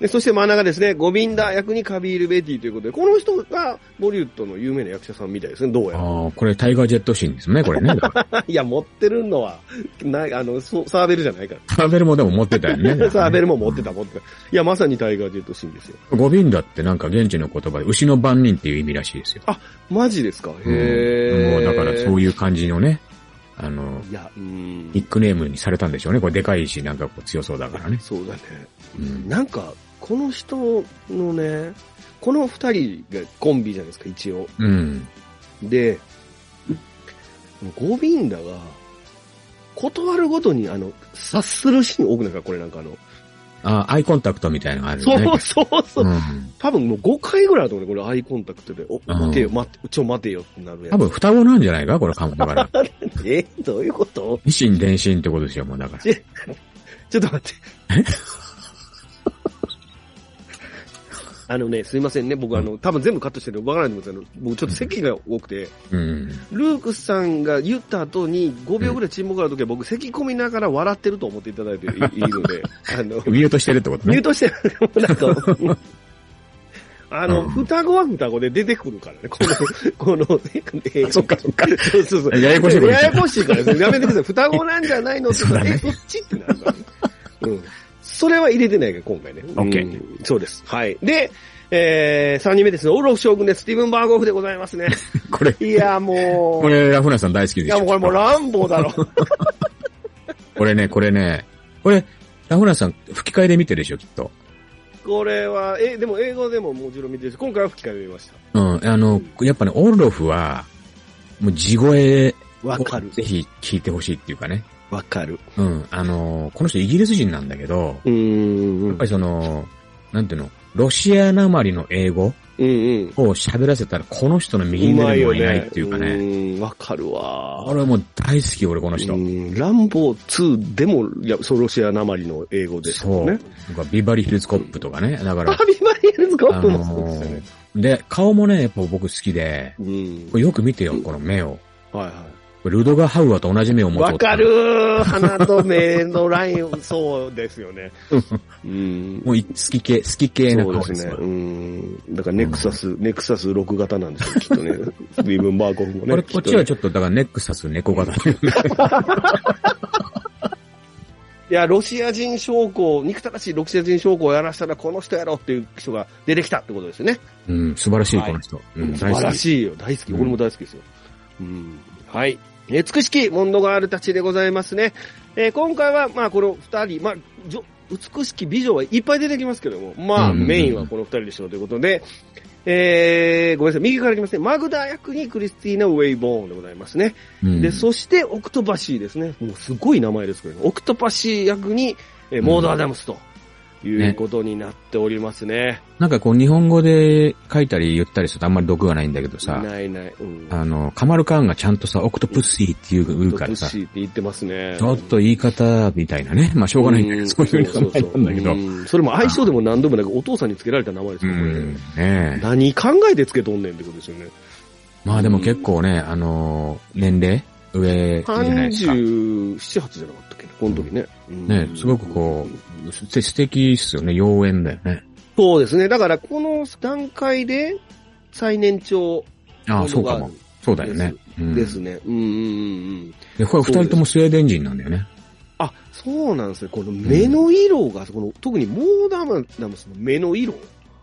Speaker 1: でそして真ん中ですね、ゴビンダ役にカビール・ベティということで、この人がボリュッドの有名な役者さんみたいですね、どうやら。
Speaker 2: ああ、これタイガージェットシーンですね、これね。だから
Speaker 1: [laughs] いや、持ってるのは、ない、あの、そうサーベルじゃないか [laughs]
Speaker 2: サーベルもでも持ってたよね。
Speaker 1: ら。 [laughs] サーベルも持ってた、持ってた。いや、まさにタイガージェットシーンですよ。
Speaker 2: ゴビンダってなんか現地の言葉で牛の番人っていう意味らしいですよ。
Speaker 1: マジですかへ
Speaker 2: うん
Speaker 1: え。
Speaker 2: もうだからそう
Speaker 1: い
Speaker 2: いう感じのね、あの、
Speaker 1: いや、うん
Speaker 2: ニ。ックネームにされたんでしょうね。これでかいし、なんかこう強そうだからね。
Speaker 1: そうだね。
Speaker 2: うん
Speaker 1: なんか、この人のね、この二人がコンビじゃないですか、一応。
Speaker 2: うん。
Speaker 1: で、ゴビンダが、断るごとに、あの、察するシーン多くないですかこれなんかあの、
Speaker 2: あアイコンタクトみたいなのがある
Speaker 1: そ
Speaker 2: よね。
Speaker 1: うそうそう。
Speaker 2: うん。
Speaker 1: 多分もう5回ぐらいあると思うね、これアイコンタクトで。お、
Speaker 2: うん
Speaker 1: 待てよ、待って、ちょ待てよってなるやつ。
Speaker 2: 多分双子なんじゃないかこれ、かだから。
Speaker 1: え、どういうこと
Speaker 2: 維新伝心ってことですよ、もう
Speaker 1: [laughs]
Speaker 2: だから。
Speaker 1: ちょっと待って。あのね、すいませんね。僕、あの、多分全部カットしてるわからないと思うんですけど、僕ちょっと席が多くて、
Speaker 2: うん。
Speaker 1: ルークスさんが言った後に5秒ぐらい沈黙があるときは、僕、咳込みながら笑ってると思っていただいていいの
Speaker 2: [laughs]
Speaker 1: で、あの、
Speaker 2: ミュートしてるってこと
Speaker 1: ミュー
Speaker 2: ね。
Speaker 1: トしてるなんか、あの、
Speaker 2: うん
Speaker 1: 双子は双子で出てくるからね、この、このね、映画
Speaker 2: そっかそっか。
Speaker 1: そうそうそう。
Speaker 2: ややこしいこと言
Speaker 1: や
Speaker 2: っちゃ
Speaker 1: や
Speaker 2: う
Speaker 1: こしいから、やめてください。双子なんじゃないのって
Speaker 2: [laughs] そうだね
Speaker 1: え、そっちってなるからね。うん。それは入れてないから、今回ね。
Speaker 2: オッケ
Speaker 1: ー、そうです。はい。で、えー、3人目ですね。オロフ将軍です。スティーブン・バーゴフでございますね。
Speaker 2: これ、
Speaker 1: いや、も
Speaker 2: [laughs]
Speaker 1: う。
Speaker 2: これ、ラフナさん大好き
Speaker 1: い
Speaker 2: でし
Speaker 1: や、
Speaker 2: ょ。
Speaker 1: もうこれもうランボーだ
Speaker 2: [laughs]
Speaker 1: ろ。
Speaker 2: これね、これね、これ、ラフナさん吹き替えで見てるでしょ、きっと。
Speaker 1: これは、え、でも映画でももちろん見てるし、今回は吹き替えで見まし
Speaker 2: うん、あの、やっぱね、オールロフは、もう地声
Speaker 1: た。わかる。
Speaker 2: ぜひ聞いてほしいっていうかね。
Speaker 1: わかる。
Speaker 2: うん、あの、この人イギリス人なんだけど、
Speaker 1: うーん。
Speaker 2: やっぱりその、なんていうの、ロシアなまりの英語
Speaker 1: うんうん。
Speaker 2: を喋らせたら、この人の右に出るもいないっていうかね。
Speaker 1: うん、わかるわ。
Speaker 2: 俺はもう大好き、俺この人
Speaker 1: う。んランボー2でも、いや、そう、ロシアなまりの英語です
Speaker 2: そ
Speaker 1: も
Speaker 2: う。
Speaker 1: んね。
Speaker 2: なんかビバリーヒルズコップとかね。だから
Speaker 1: ハ、ビバリーヒルズコ
Speaker 2: あ
Speaker 1: ップも [laughs] そうで
Speaker 2: の
Speaker 1: すよね
Speaker 2: ー。で、顔もね、やっぱ僕好きで、
Speaker 1: うん
Speaker 2: こ。れよく見てよ、この目を。
Speaker 1: はいは
Speaker 2: これルドガーハウアーと同じ目を
Speaker 1: い。
Speaker 2: 持つ
Speaker 1: わ
Speaker 2: 男
Speaker 1: かるー鼻と目のライン、そうですよ
Speaker 2: [laughs]
Speaker 1: ね。うん。
Speaker 2: もうい好き系、好き系な
Speaker 1: そ
Speaker 2: 顔
Speaker 1: う
Speaker 2: で
Speaker 1: ですすね。
Speaker 2: よ
Speaker 1: うん。だからネクサス、ネクサス6型なんですよ、きっと [laughs] ね。スティーブン・バーコフも
Speaker 2: こ
Speaker 1: ね。
Speaker 2: れ、こっちは
Speaker 1: きとね
Speaker 2: ちょっと、だからネックサス猫型だよね。
Speaker 1: いや、ロシア人将校、憎たらしいロシア人将校をやらしたらこの人やろっていう人が出てきたってことですよね。
Speaker 2: [laughs] うん、素晴らしい、
Speaker 1: はい
Speaker 2: この人。うん、
Speaker 1: 素晴ら
Speaker 2: い。
Speaker 1: しいよ。大好き。
Speaker 2: うん
Speaker 1: 俺も大好きですよ。うん。はい。え、美しきモンドガールたちでございますね。えー今回は、まあ、この二人、まあ、じょ美しき美女はいっぱい出てきますけども、まあ、
Speaker 2: うんうんうん
Speaker 1: メインはこの二人でしょうということで、えー、ごめんなさい、右からいきますね。マグダ役にクリスティーナ・ウェイボーンでございますね。
Speaker 2: うん
Speaker 1: で、そして、オクトパシーですね。もうすごい名前ですけど、ね、オクトパシー役に、えーモード・アダムスということになっておりますね。
Speaker 2: なんかこう、日本語で書いたり言ったりするとあんまり毒がないんだけどさ、
Speaker 1: ないない。うん
Speaker 2: あの、カマルカーンがちゃんとさ、オクトプッシーっていうからさ、
Speaker 1: ドッシーって言ってますね。
Speaker 2: ちょっと言い方みたいなね。 [laughs] まあ、しょうがないんだけど、そういう名前なんだけど。
Speaker 1: う
Speaker 2: うん
Speaker 1: んそれも相性でも何度もなくお父さんにつけられた名前ですよ、これ。
Speaker 2: ねえ。
Speaker 1: 何考えてつけとんねんってことですよね。
Speaker 2: まあでも結構ね、あのー、年齢上じゃないですか。
Speaker 1: 37、8じゃなかったっけこの時ね。
Speaker 2: ねすごくこう、す素敵っすよね。妖艶だよね。
Speaker 1: うん。そうですね。だから、この段階で最年長
Speaker 2: ああ、そうかも。そうだよね。うん
Speaker 1: ですね。うんうんうんうん。
Speaker 2: でこれ二人ともスウェーデン人なんだよね。
Speaker 1: あ、そうなんですね。この目の色が、この特にモーダムダムスの目の色。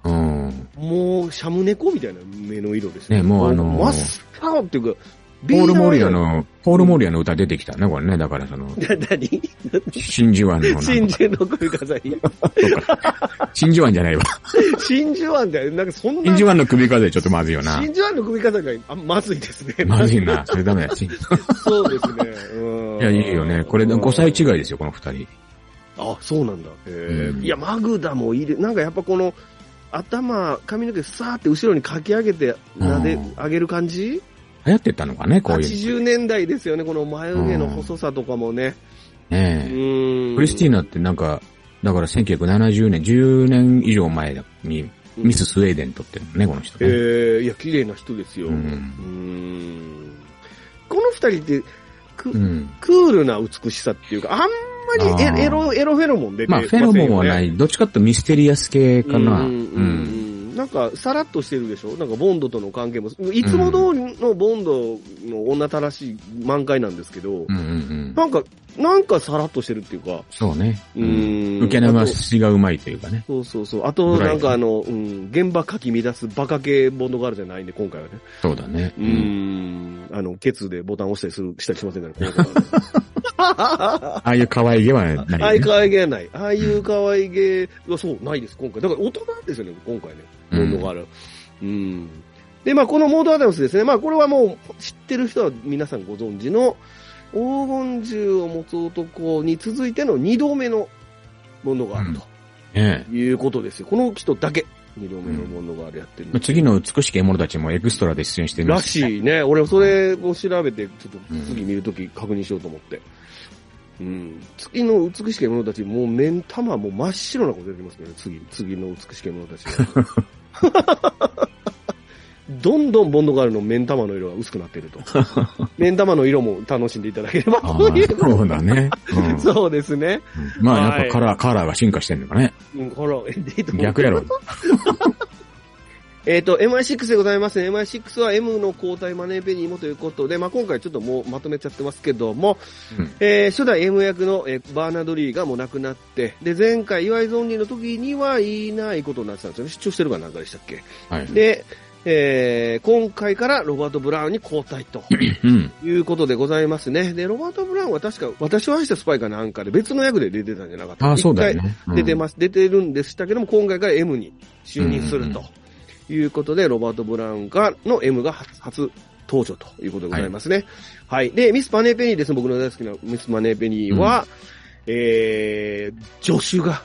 Speaker 2: うん。
Speaker 1: もう、シャム猫みたいな目の色ですね。
Speaker 2: ねもうあの
Speaker 1: 真
Speaker 2: ー
Speaker 1: っ青っていうか、
Speaker 2: ポール・モリア
Speaker 1: ビ
Speaker 2: の、ポール・モリアの歌出てきたね、これね。だからその、
Speaker 1: ー玉。
Speaker 2: [laughs]
Speaker 1: な、なに
Speaker 2: 真珠湾のなんか、
Speaker 1: [laughs] 真珠の声飾
Speaker 2: [laughs]
Speaker 1: り。
Speaker 2: 真珠湾じゃな
Speaker 1: [laughs]
Speaker 2: いわ。
Speaker 1: 真珠湾だよ。なんかそんな。
Speaker 2: 真珠湾の首飾りちょっとまずいよな。
Speaker 1: 真珠湾の首飾りがあまずいですね。
Speaker 2: まずいな。それダ
Speaker 1: [laughs]
Speaker 2: メだ。真珠
Speaker 1: そうですね。うん
Speaker 2: [laughs] いや、いいよね。これ5歳違いですよ、この二人。
Speaker 1: あ、そうなんだ。へー
Speaker 2: うん
Speaker 1: いや、マグダもいいで、なんかやっぱこの、頭、髪の毛さーって後ろにかき上げて、なで
Speaker 2: うん
Speaker 1: 上げる感じ
Speaker 2: 流行ってたのかね、こういう。
Speaker 1: ?80 年代ですよね、この眉毛の細さとかもね。
Speaker 2: ねえ。ク
Speaker 1: ク
Speaker 2: リスティーナってなんか、だから1970年、10年以上前にミススウェーデン撮ってるのね、この人
Speaker 1: え
Speaker 2: ね、
Speaker 1: ーいや、綺麗な人ですよ。
Speaker 2: う
Speaker 1: うんんこの二人ってく、
Speaker 2: うん。
Speaker 1: クールな美しさっていうか、あんまり
Speaker 2: あー
Speaker 1: エエロ、エロフェロモン出て
Speaker 2: まあ、フェロモンはないい。どっちかっていうとミステリアス系かな。
Speaker 1: う
Speaker 2: う
Speaker 1: んうんうん
Speaker 2: ん。
Speaker 1: うんなんか、さらっとしてるでしょなんか、ボンドとの関係も、いつも通りのボンドの女たらしい満開なんですけど、
Speaker 2: うんうんうん。
Speaker 1: なんか、なんかさらっとしてるっていうか、
Speaker 2: そうね。
Speaker 1: う
Speaker 2: うん。
Speaker 1: ん
Speaker 2: 受け流。しがうまいというかね。
Speaker 1: そうそうそう。あと、
Speaker 2: ぐら
Speaker 1: な
Speaker 2: い
Speaker 1: んかあの、うん、現場かき乱すバカ系ボンドがあるじゃないんで、今回はね。
Speaker 2: そうだね。
Speaker 1: うー。ん。あの、ケツでボタン押したりする、したりしませんからね。この子は
Speaker 2: ああいう可愛げはないよね。
Speaker 1: ああいう可愛げはない。ああいう可愛げは、そう、ないです、今回。だから大人ですよね、今回ね。
Speaker 2: う
Speaker 1: モ
Speaker 2: ん
Speaker 1: ードがある。うん。で、まあ、このモードアダムスですね。まあ、これはもう、知ってる人は皆さんご存知の、黄金銃を持つ男に続いての2度目のモードがあると。
Speaker 2: ねえ
Speaker 1: いうことですよ。この人だけ、二両目のモンドガールやってる
Speaker 2: まあ。次の美しき獲物たちもエクストラで出演していま
Speaker 1: ら
Speaker 2: す。
Speaker 1: しいね。俺、それを調べて、ちょっと次見るとき確認しようと思って。うん。次の美しき獲物たち、もう目ん玉もう真っ白なこと出てますけどね、次、次の美しき獲物たち。 [laughs] どんどんボンドガールの目ん玉の色が薄くなっている
Speaker 2: [laughs]
Speaker 1: と。目ん玉の色も楽しんでいただければ
Speaker 2: あ
Speaker 1: とい
Speaker 2: ー
Speaker 1: う。
Speaker 2: そうだね。うん
Speaker 1: そうですね。
Speaker 2: うんまあやっぱカラー、カラーが進化してんのかね。
Speaker 1: うん、ほら、えっと
Speaker 2: 逆やろ。
Speaker 1: えっ、と、MI6 でございます、ね。MI6 は M の交代マネーペニーもということで、まあ、今回ちょっともうまとめちゃってますけども、
Speaker 2: うん
Speaker 1: えー初代 M 役の、えーバーナード・リーがもう亡くなって、で、前回岩井ゾンリーの時にはいないことになってたんですよね。出張してるからなんかでしたっけ。
Speaker 2: はい。
Speaker 1: で、えー今回からロバート・ブラウンに交代
Speaker 2: [coughs]
Speaker 1: と
Speaker 2: うん。
Speaker 1: いうことでございますね。で、ロバート・ブラウンは確か私を愛したスパイかなんかで別の役で出てたんじゃなかった
Speaker 2: ああ、そうだよね。うん
Speaker 1: 出てます、出てるんでしたけども、今回から M に就任する
Speaker 2: うん
Speaker 1: ということで、ロバート・ブラウンが、の M が初初登場ということでございますね。はい。で、ミス・マネーペニーですね、僕の大好きなミス・マネーペニーは、えー、助手が、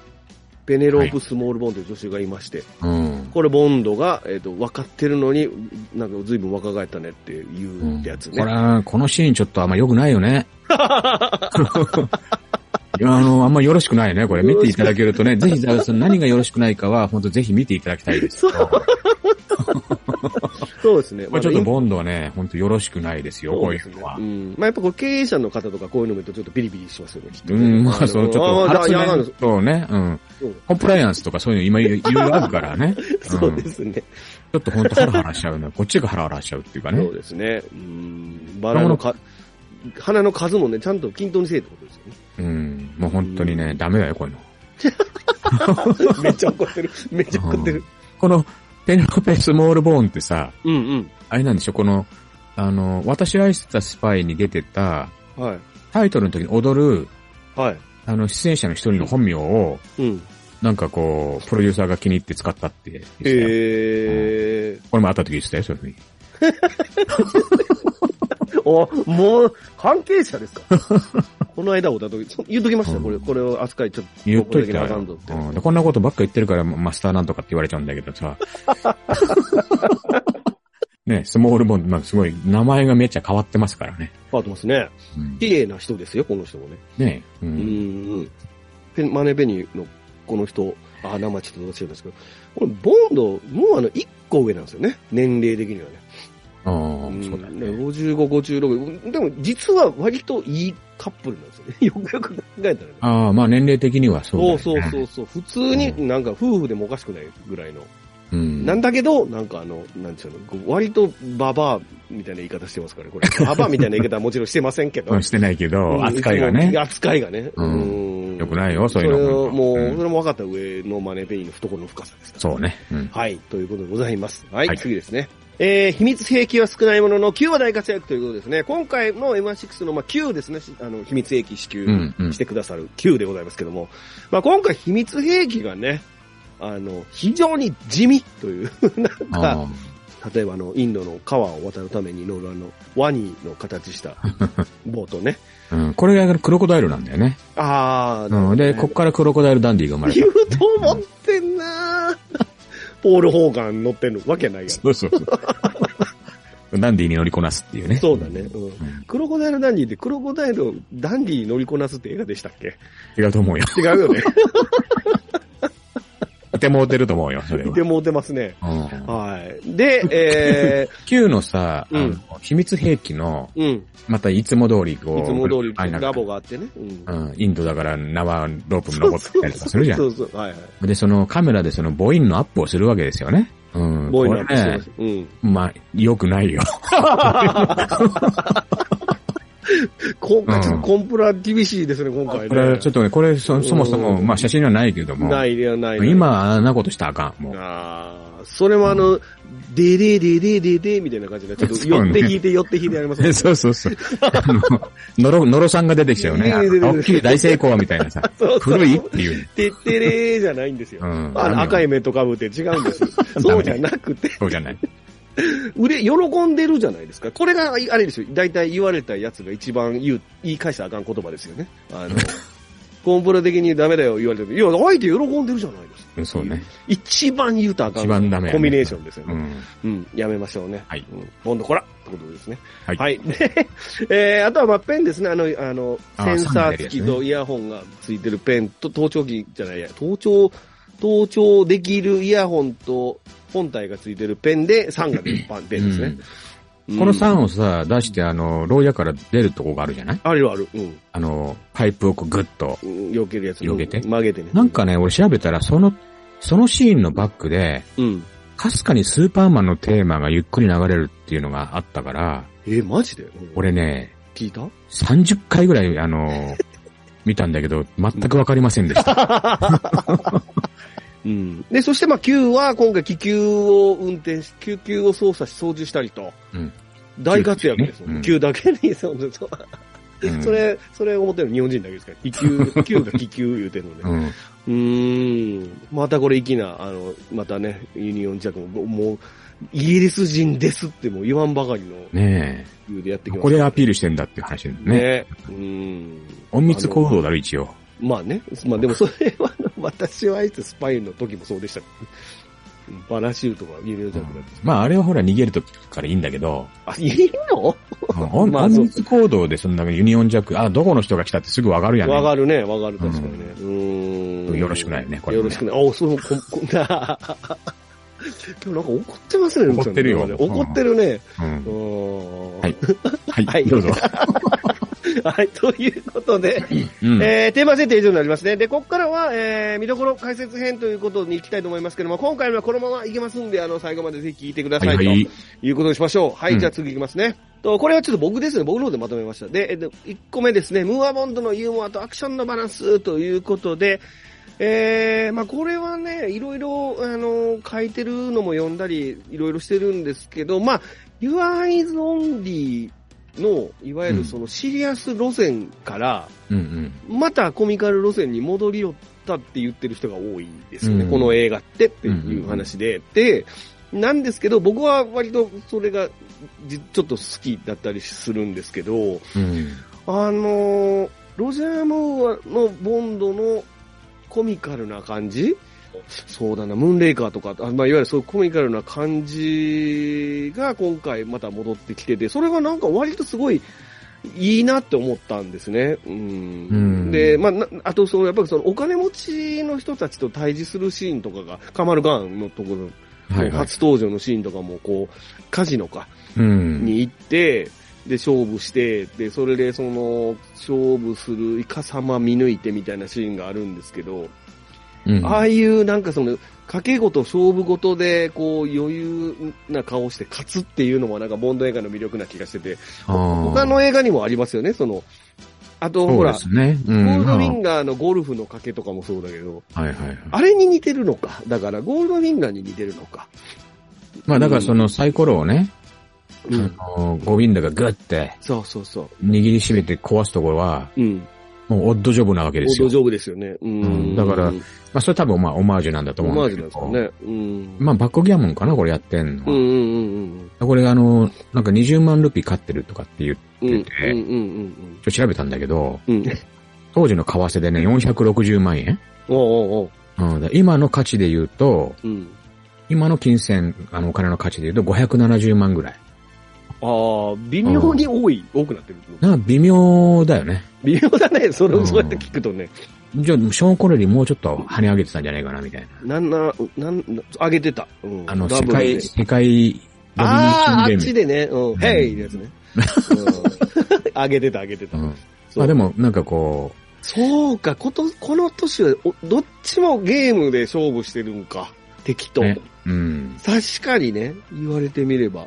Speaker 1: ペネロープ・スモール・ボンドという助手がいまして、
Speaker 2: うん。
Speaker 1: これ、ボンドが、えっ、と、分かってるのに、なんか随分若返ったねっていうやつね。
Speaker 2: これは、このシーンちょっとあんま良くないよね。いや、あの、あんまよろしくないね、これ。見ていただけるとね、ぜひ、その何がよろしくないかは、本当ぜひ見ていただきたいです。
Speaker 1: [laughs] そうそうですね。
Speaker 2: これちょっとボンドはね、本当よろしくないですよ、こ
Speaker 1: そうう
Speaker 2: い
Speaker 1: です
Speaker 2: う
Speaker 1: ね
Speaker 2: のは
Speaker 1: う。ん。まあ、やっぱこう経営者の方とかこういうの見るとちょっとビリビリしますよね、きっと
Speaker 2: う
Speaker 1: ね。
Speaker 2: ん、まあ、そのちょっと、ハ
Speaker 1: あ
Speaker 2: ラ
Speaker 1: あ
Speaker 2: ス
Speaker 1: いやな
Speaker 2: メ
Speaker 1: んで
Speaker 2: ン
Speaker 1: す
Speaker 2: トね、うん。
Speaker 1: そう
Speaker 2: コンプライアンスとかそういうの今いろいろあるからね。
Speaker 1: そう
Speaker 2: うん
Speaker 1: で
Speaker 2: ち
Speaker 1: すね。
Speaker 2: ょっと本当ハラハラしちゃうね。こっちがハラハラしちゃうっていうかね
Speaker 1: そう。ですね。うん。バラのか、花の数もね、ちゃんと均等にせえってことですよね。
Speaker 2: うん、もう本当にね、ダメだよ、こういうの。 [laughs]
Speaker 1: めっちゃ怒ってる。めっちゃ怒ってる。
Speaker 2: この、ペネロペスモールボーンってさ、
Speaker 1: うん
Speaker 2: あれなんでしょ、この、あの、私愛したスパイに出てた、
Speaker 1: うん。はい。
Speaker 2: タイトルの時に踊る、
Speaker 1: はい。
Speaker 2: あの、出演者の一人の本名を、
Speaker 1: うん。
Speaker 2: なんかこう、プロデューサーが気に入って使ったって言ってたよ
Speaker 1: え
Speaker 2: これもあった時言ってたよ、そういうふうに。
Speaker 1: ー。お、もう、関係者ですか [laughs] この間おだとき、そ言っときました、これ、これを扱いちょっと。
Speaker 2: 言っといた
Speaker 1: ここだけ
Speaker 2: よ
Speaker 1: 並んどって
Speaker 2: うんでこんなことばっか言ってるから、マスターなんとかって言われちゃうんだけど
Speaker 1: [laughs]
Speaker 2: さ。ね、スモールボンド、まあすごい、名前がめっちゃ変わってますからね。
Speaker 1: 変わってますね。
Speaker 2: うん
Speaker 1: 綺麗な人ですよ、この人もね。
Speaker 2: ね、う
Speaker 1: うん
Speaker 2: ん。
Speaker 1: うんペンマネベニーのこの人、あ、名前ちょっと違うんですけど、このボンド、もうあの、1個上なんですよね。年齢的にはね。
Speaker 2: ああ
Speaker 1: うん
Speaker 2: そうだね。
Speaker 1: 55、56。でも、実は割といいカップルなんですよね。よ [laughs] くよく考えたらね。
Speaker 2: ああ、まあ年齢的にはそうだよ
Speaker 1: そ
Speaker 2: ね。
Speaker 1: うそうそうそう。普通になんか夫婦でもおかしくないぐらいの。
Speaker 2: うん。
Speaker 1: なんだけど、なんかあの、なんちゅうの、こう割とババアみたいな言い方してますからね。これ、ババアみたいな言い方はもちろんしてませんけど
Speaker 2: [laughs] う。んしてないけ
Speaker 1: う
Speaker 2: ど、
Speaker 1: ん
Speaker 2: 扱いが
Speaker 1: いつも
Speaker 2: ね。
Speaker 1: 扱いがね。
Speaker 2: うん
Speaker 1: ん
Speaker 2: よくないよ、
Speaker 1: そ
Speaker 2: そうい
Speaker 1: れ
Speaker 2: うの。
Speaker 1: をもう、
Speaker 2: うん
Speaker 1: それも分かった上のマネペインの懐の深さですから
Speaker 2: そうね。うん。
Speaker 1: はい、ということでございます。はい、
Speaker 2: はい
Speaker 1: 次ですね。えー、秘密兵器は少ないものの9は大活躍ということですね。今回の M16 の、まあ、9ですね。しあの、秘密兵器支
Speaker 2: う
Speaker 1: 給
Speaker 2: ん、うん
Speaker 1: し。てくださる9でございますけども。まあ、今回秘密兵器がね、あの、非常に地味という、 [laughs] なんか、
Speaker 2: あ
Speaker 1: 例えばあの、インドの川を渡るために乗るあの、ワニの形した
Speaker 2: [laughs]
Speaker 1: ボートね。
Speaker 2: あうんこれがクロコダイルなんだよね。
Speaker 1: あー、なるほ
Speaker 2: う
Speaker 1: ど
Speaker 2: ん。
Speaker 1: ね
Speaker 2: で、こっからクロコダイルダンディが生まれた
Speaker 1: 言。うと思ってんなぁ [laughs] ポール・ホーガン乗ってるわけないや
Speaker 2: そうそうそう。ダンディに乗りこなすっていうね。
Speaker 1: ん。そうだね。うん
Speaker 2: ん。
Speaker 1: クロコダイルダンディって、クロコダイルをダンディ乗りこなすって映画でしたっけ
Speaker 2: 違うと思うよ。
Speaker 1: 違う [laughs] よね。
Speaker 2: とても合うてると思うよ、それ
Speaker 1: 見
Speaker 2: は
Speaker 1: て。もうてますね。
Speaker 2: うん
Speaker 1: はい。で、え
Speaker 2: Q のさ、あ
Speaker 1: うん
Speaker 2: の秘密兵器の、 [laughs]
Speaker 1: ー、うん。
Speaker 2: またいつも通りこう、
Speaker 1: いつも通り
Speaker 2: あれなんか
Speaker 1: ラボがあってね。うん
Speaker 2: うん、インドだから縄ロープ登ってたりとかするじゃ
Speaker 1: そ
Speaker 2: ん。
Speaker 1: うそうそう。はいはい。
Speaker 2: で、そのカメラでそのボインのアップをするわけですよね。うん。
Speaker 1: ボーイの
Speaker 2: これ
Speaker 1: アップして
Speaker 2: ね
Speaker 1: ます。うん。
Speaker 2: まあ、良くないよ。
Speaker 1: 今回、ちょっとコンプラ厳しいですね、今回ね。
Speaker 2: これ、ちょっとね、これそ、そもそも、
Speaker 1: うん
Speaker 2: まあ、写真にはないけども、
Speaker 1: ないではないね。
Speaker 2: 今、あんなことしたらあかん、もう。
Speaker 1: ああ、それもあの、でれでれでれみたいな感じで、ちょっと
Speaker 2: そう
Speaker 1: 寄
Speaker 2: ね
Speaker 1: って引いて寄って引いてやります
Speaker 2: [laughs]
Speaker 1: もん
Speaker 2: え
Speaker 1: ね
Speaker 2: そうそうそう。あの、のろ、のろさんが出てきちゃうね。
Speaker 1: いいね
Speaker 2: 大きい大成功みたいなさ。
Speaker 1: [laughs] そうそう
Speaker 2: 古いっていう。
Speaker 1: てってれーじゃないんですよ。
Speaker 2: うん
Speaker 1: あの赤い目とかぶって違うんですよ。そうじゃなくて、
Speaker 2: そうじゃない。
Speaker 1: 売れ、喜んでるじゃないですか。これが、あ
Speaker 2: [laughs]
Speaker 1: れですよ。大体言われたやつが一番言う、言い返したらあかん言葉ですよね。あの、コンプラ的にダメだよ言われても、いや、相手喜んでるじゃないですか。
Speaker 2: うんそうね。
Speaker 1: 一番言うたらあかん
Speaker 2: 一番ダメやね
Speaker 1: コンビネーションですよ
Speaker 2: う
Speaker 1: ね。
Speaker 2: ん。
Speaker 1: うん、やめましょうね。
Speaker 2: はい
Speaker 1: うん、ボンドこらってことですね。
Speaker 2: はい。
Speaker 1: はい。で、えー、あとはまあペンですね。あの、あの、
Speaker 2: あ
Speaker 1: センサー
Speaker 2: サンダルや
Speaker 1: 付
Speaker 2: つね
Speaker 1: きとイヤホンが付いてるペンと盗聴器じゃないや、盗聴、盗聴できるイヤホンと本体が付いてるペンで3が出るパンペンですね。うん
Speaker 2: この3をさ、出して、あの、牢屋から出るとこがあるじゃない
Speaker 1: あるある。うん。
Speaker 2: あの、パイプをこうグッと。
Speaker 1: うん避けるやつ。
Speaker 2: 避けて
Speaker 1: うん曲げてね。
Speaker 2: なんかね、俺調べたら、その、そのシーンのバックで、
Speaker 1: うん。
Speaker 2: かすかにスーパーマンのテーマがゆっくり流れるっていうのがあったから、
Speaker 1: えーマジでうん
Speaker 2: 俺ね、
Speaker 1: 聞いた
Speaker 2: 30回ぐらい、あの、見たんだけど、全くわかりませんで
Speaker 1: [laughs]
Speaker 2: した。
Speaker 1: うん。で、そしてまあ Q は今回気球を運転し、救急を操作し操縦したりと。
Speaker 2: うん
Speaker 1: 大活躍です。
Speaker 2: 救急ねうん
Speaker 1: Q だけに、そうそう
Speaker 2: う
Speaker 1: [laughs]
Speaker 2: ん
Speaker 1: それ、それ思ってるの日本人だけですから。気球、
Speaker 2: [laughs]
Speaker 1: 球が気球言うてるのね。
Speaker 2: うん。
Speaker 1: うーん。またこれ粋な、あの、またね、ユニオンジャックも、もう、イギリス人ですってもう言わんばかりの
Speaker 2: ね
Speaker 1: 理由でやって
Speaker 2: え。
Speaker 1: き
Speaker 2: こ
Speaker 1: ま
Speaker 2: こ
Speaker 1: し
Speaker 2: でアピールしてんだっていう話だよ
Speaker 1: た。
Speaker 2: ね。
Speaker 1: ね。うーん。
Speaker 2: 隠密行動だろ、一応。
Speaker 1: まあね。まあでも [laughs] それは、あの私はいつスパイの時もそうでしたけど。パラシュートがユニオンジャックだった。
Speaker 2: まあ、あれはほら逃げるときからいいんだけど、
Speaker 1: あ、いいの
Speaker 2: 隠
Speaker 1: [laughs] まあそう
Speaker 2: 密行動でそんなユニオンジャック、あ、どこの人が来たってすぐわかるやん、
Speaker 1: わかるね、わかる、確かにね。うーん。
Speaker 2: よろしくないねこれ
Speaker 1: よ
Speaker 2: ね
Speaker 1: ろしくない。おそう、こ、こ、 [laughs] な今日なんか怒ってますね、
Speaker 2: 怒ってるよ
Speaker 1: なんかね怒ってるね。
Speaker 2: うん
Speaker 1: う。ん
Speaker 2: はい。はい、
Speaker 1: はい
Speaker 2: どうぞ。
Speaker 1: [laughs] はい、ということで、
Speaker 2: うん
Speaker 1: えー、テーマ設定以上になりますね。で、ここからは、えー、見どころ解説編ということに行きたいと思いますけども、今回はこのままいけますんで、あの、最後までぜひ聞いてくださいと。
Speaker 2: はいはい
Speaker 1: いうことにしましょう。は
Speaker 2: う
Speaker 1: い、
Speaker 2: ん
Speaker 1: じゃあ次行きますね。と、これはちょっと僕ですね、僕の方でまとめました。で、えっと、1個目ですね、ムーアボンドのユーモアとアクションのバランスということで、えー、まあこれはね、いろいろ、あの、書いてるのも読んだり、いろいろしてるんですけど、まあ Your Eyes Only の、いわゆるそのシリアス路線から、
Speaker 2: うんうん。
Speaker 1: またコミカル路線に戻り寄ったって言ってる人が多いですよね、
Speaker 2: うん
Speaker 1: この映画ってっていう話で。で、なんですけど、僕は割とそれがじちょっと好きだったりするんですけど、
Speaker 2: うん。
Speaker 1: あのーロジャー・ムーアのボンドのコミカルな感じそうだな、ムーンレイカーとか、あまあ、いわゆるそういうコミカルな感じが今回また戻ってきてて、それがなんか割とすごいいいなって思ったんですね。うん
Speaker 2: うん
Speaker 1: で、まあな、あとその、やっぱりそのお金持ちの人たちと対峙するシーンとかが、カマルガンのところ、
Speaker 2: はいはい。
Speaker 1: 初登場のシーンとかも、こう、カジノか、
Speaker 2: うん。
Speaker 1: に行って、で、勝負して、で、それで、その、勝負するイカ様見抜いてみたいなシーンがあるんですけど、
Speaker 2: うん
Speaker 1: ああいうなんかその、賭け事、勝負事で、こう、余裕な顔して勝つっていうのもなんかボンド映画の魅力な気がしてて、他の映画にもありますよね、その、あと、ほ
Speaker 2: そう
Speaker 1: ら、
Speaker 2: ですね。う
Speaker 1: ゴ
Speaker 2: ん。
Speaker 1: ールドウィ
Speaker 2: ま
Speaker 1: ンガーのゴルフの賭けとかもそうだけど、
Speaker 2: あはいはいはい。
Speaker 1: あれに似てるのか。だから、ゴールドウィンガーに似てるのか。
Speaker 2: まあだからそのサイコロをね、
Speaker 1: う
Speaker 2: あ
Speaker 1: ん。
Speaker 2: のゴビンダがグッて
Speaker 1: そうそうそ
Speaker 2: 握りしめて壊すところは、
Speaker 1: う。うん。
Speaker 2: もうオッドジョブなわけです
Speaker 1: お
Speaker 2: よ。
Speaker 1: 丈夫ですよね。うん。
Speaker 2: うんだからまあそれ多分まあオマージュなんだと
Speaker 1: オ
Speaker 2: 思
Speaker 1: マ
Speaker 2: う
Speaker 1: ー
Speaker 2: ん
Speaker 1: ジュ
Speaker 2: だ
Speaker 1: なん
Speaker 2: け
Speaker 1: です
Speaker 2: ど。
Speaker 1: かね。うん。
Speaker 2: まあバックギャモンかなこれやってんの
Speaker 1: うん
Speaker 2: は。
Speaker 1: うんうん
Speaker 2: これあの、なんか20万ルピ買ってるとかっていう、ち
Speaker 1: うん。うん
Speaker 2: 出て
Speaker 1: うんうん
Speaker 2: ょっと調べたんだけど、
Speaker 1: うん。うん。
Speaker 2: 当時の為替でね、460万円。
Speaker 1: おうおうおう。
Speaker 2: うん、だから今の価値で言うと、
Speaker 1: うん。
Speaker 2: 今の金銭、あのお金の価値で言うと570万ぐらい。
Speaker 1: ああ、微妙に多い、多くなってる。
Speaker 2: なんか微妙だよね。
Speaker 1: 微妙だね。それ
Speaker 2: [laughs] う
Speaker 1: を
Speaker 2: ん
Speaker 1: そうやって聞くとね。
Speaker 2: じゃあ、ショーン・コネリーもうちょっと跳ね上げてたんじゃないかな、みたい
Speaker 1: な
Speaker 2: な。
Speaker 1: んな、なん、上げてた。うん。
Speaker 2: あの、
Speaker 1: ダ
Speaker 2: 世
Speaker 1: ブルで
Speaker 2: 界、世界、
Speaker 1: ああ、あ
Speaker 2: ー
Speaker 1: っちでね。うん。ヘイのやつね。
Speaker 2: [laughs]
Speaker 1: うん上げてた、上げてた
Speaker 2: う。ん。
Speaker 1: そう
Speaker 2: まあでも、なんかこ
Speaker 1: そうか、こと、この年は、おどっちもゲームで勝負してるんか。敵と。
Speaker 2: ねう、うん。
Speaker 1: 確かにね、言われてみれば。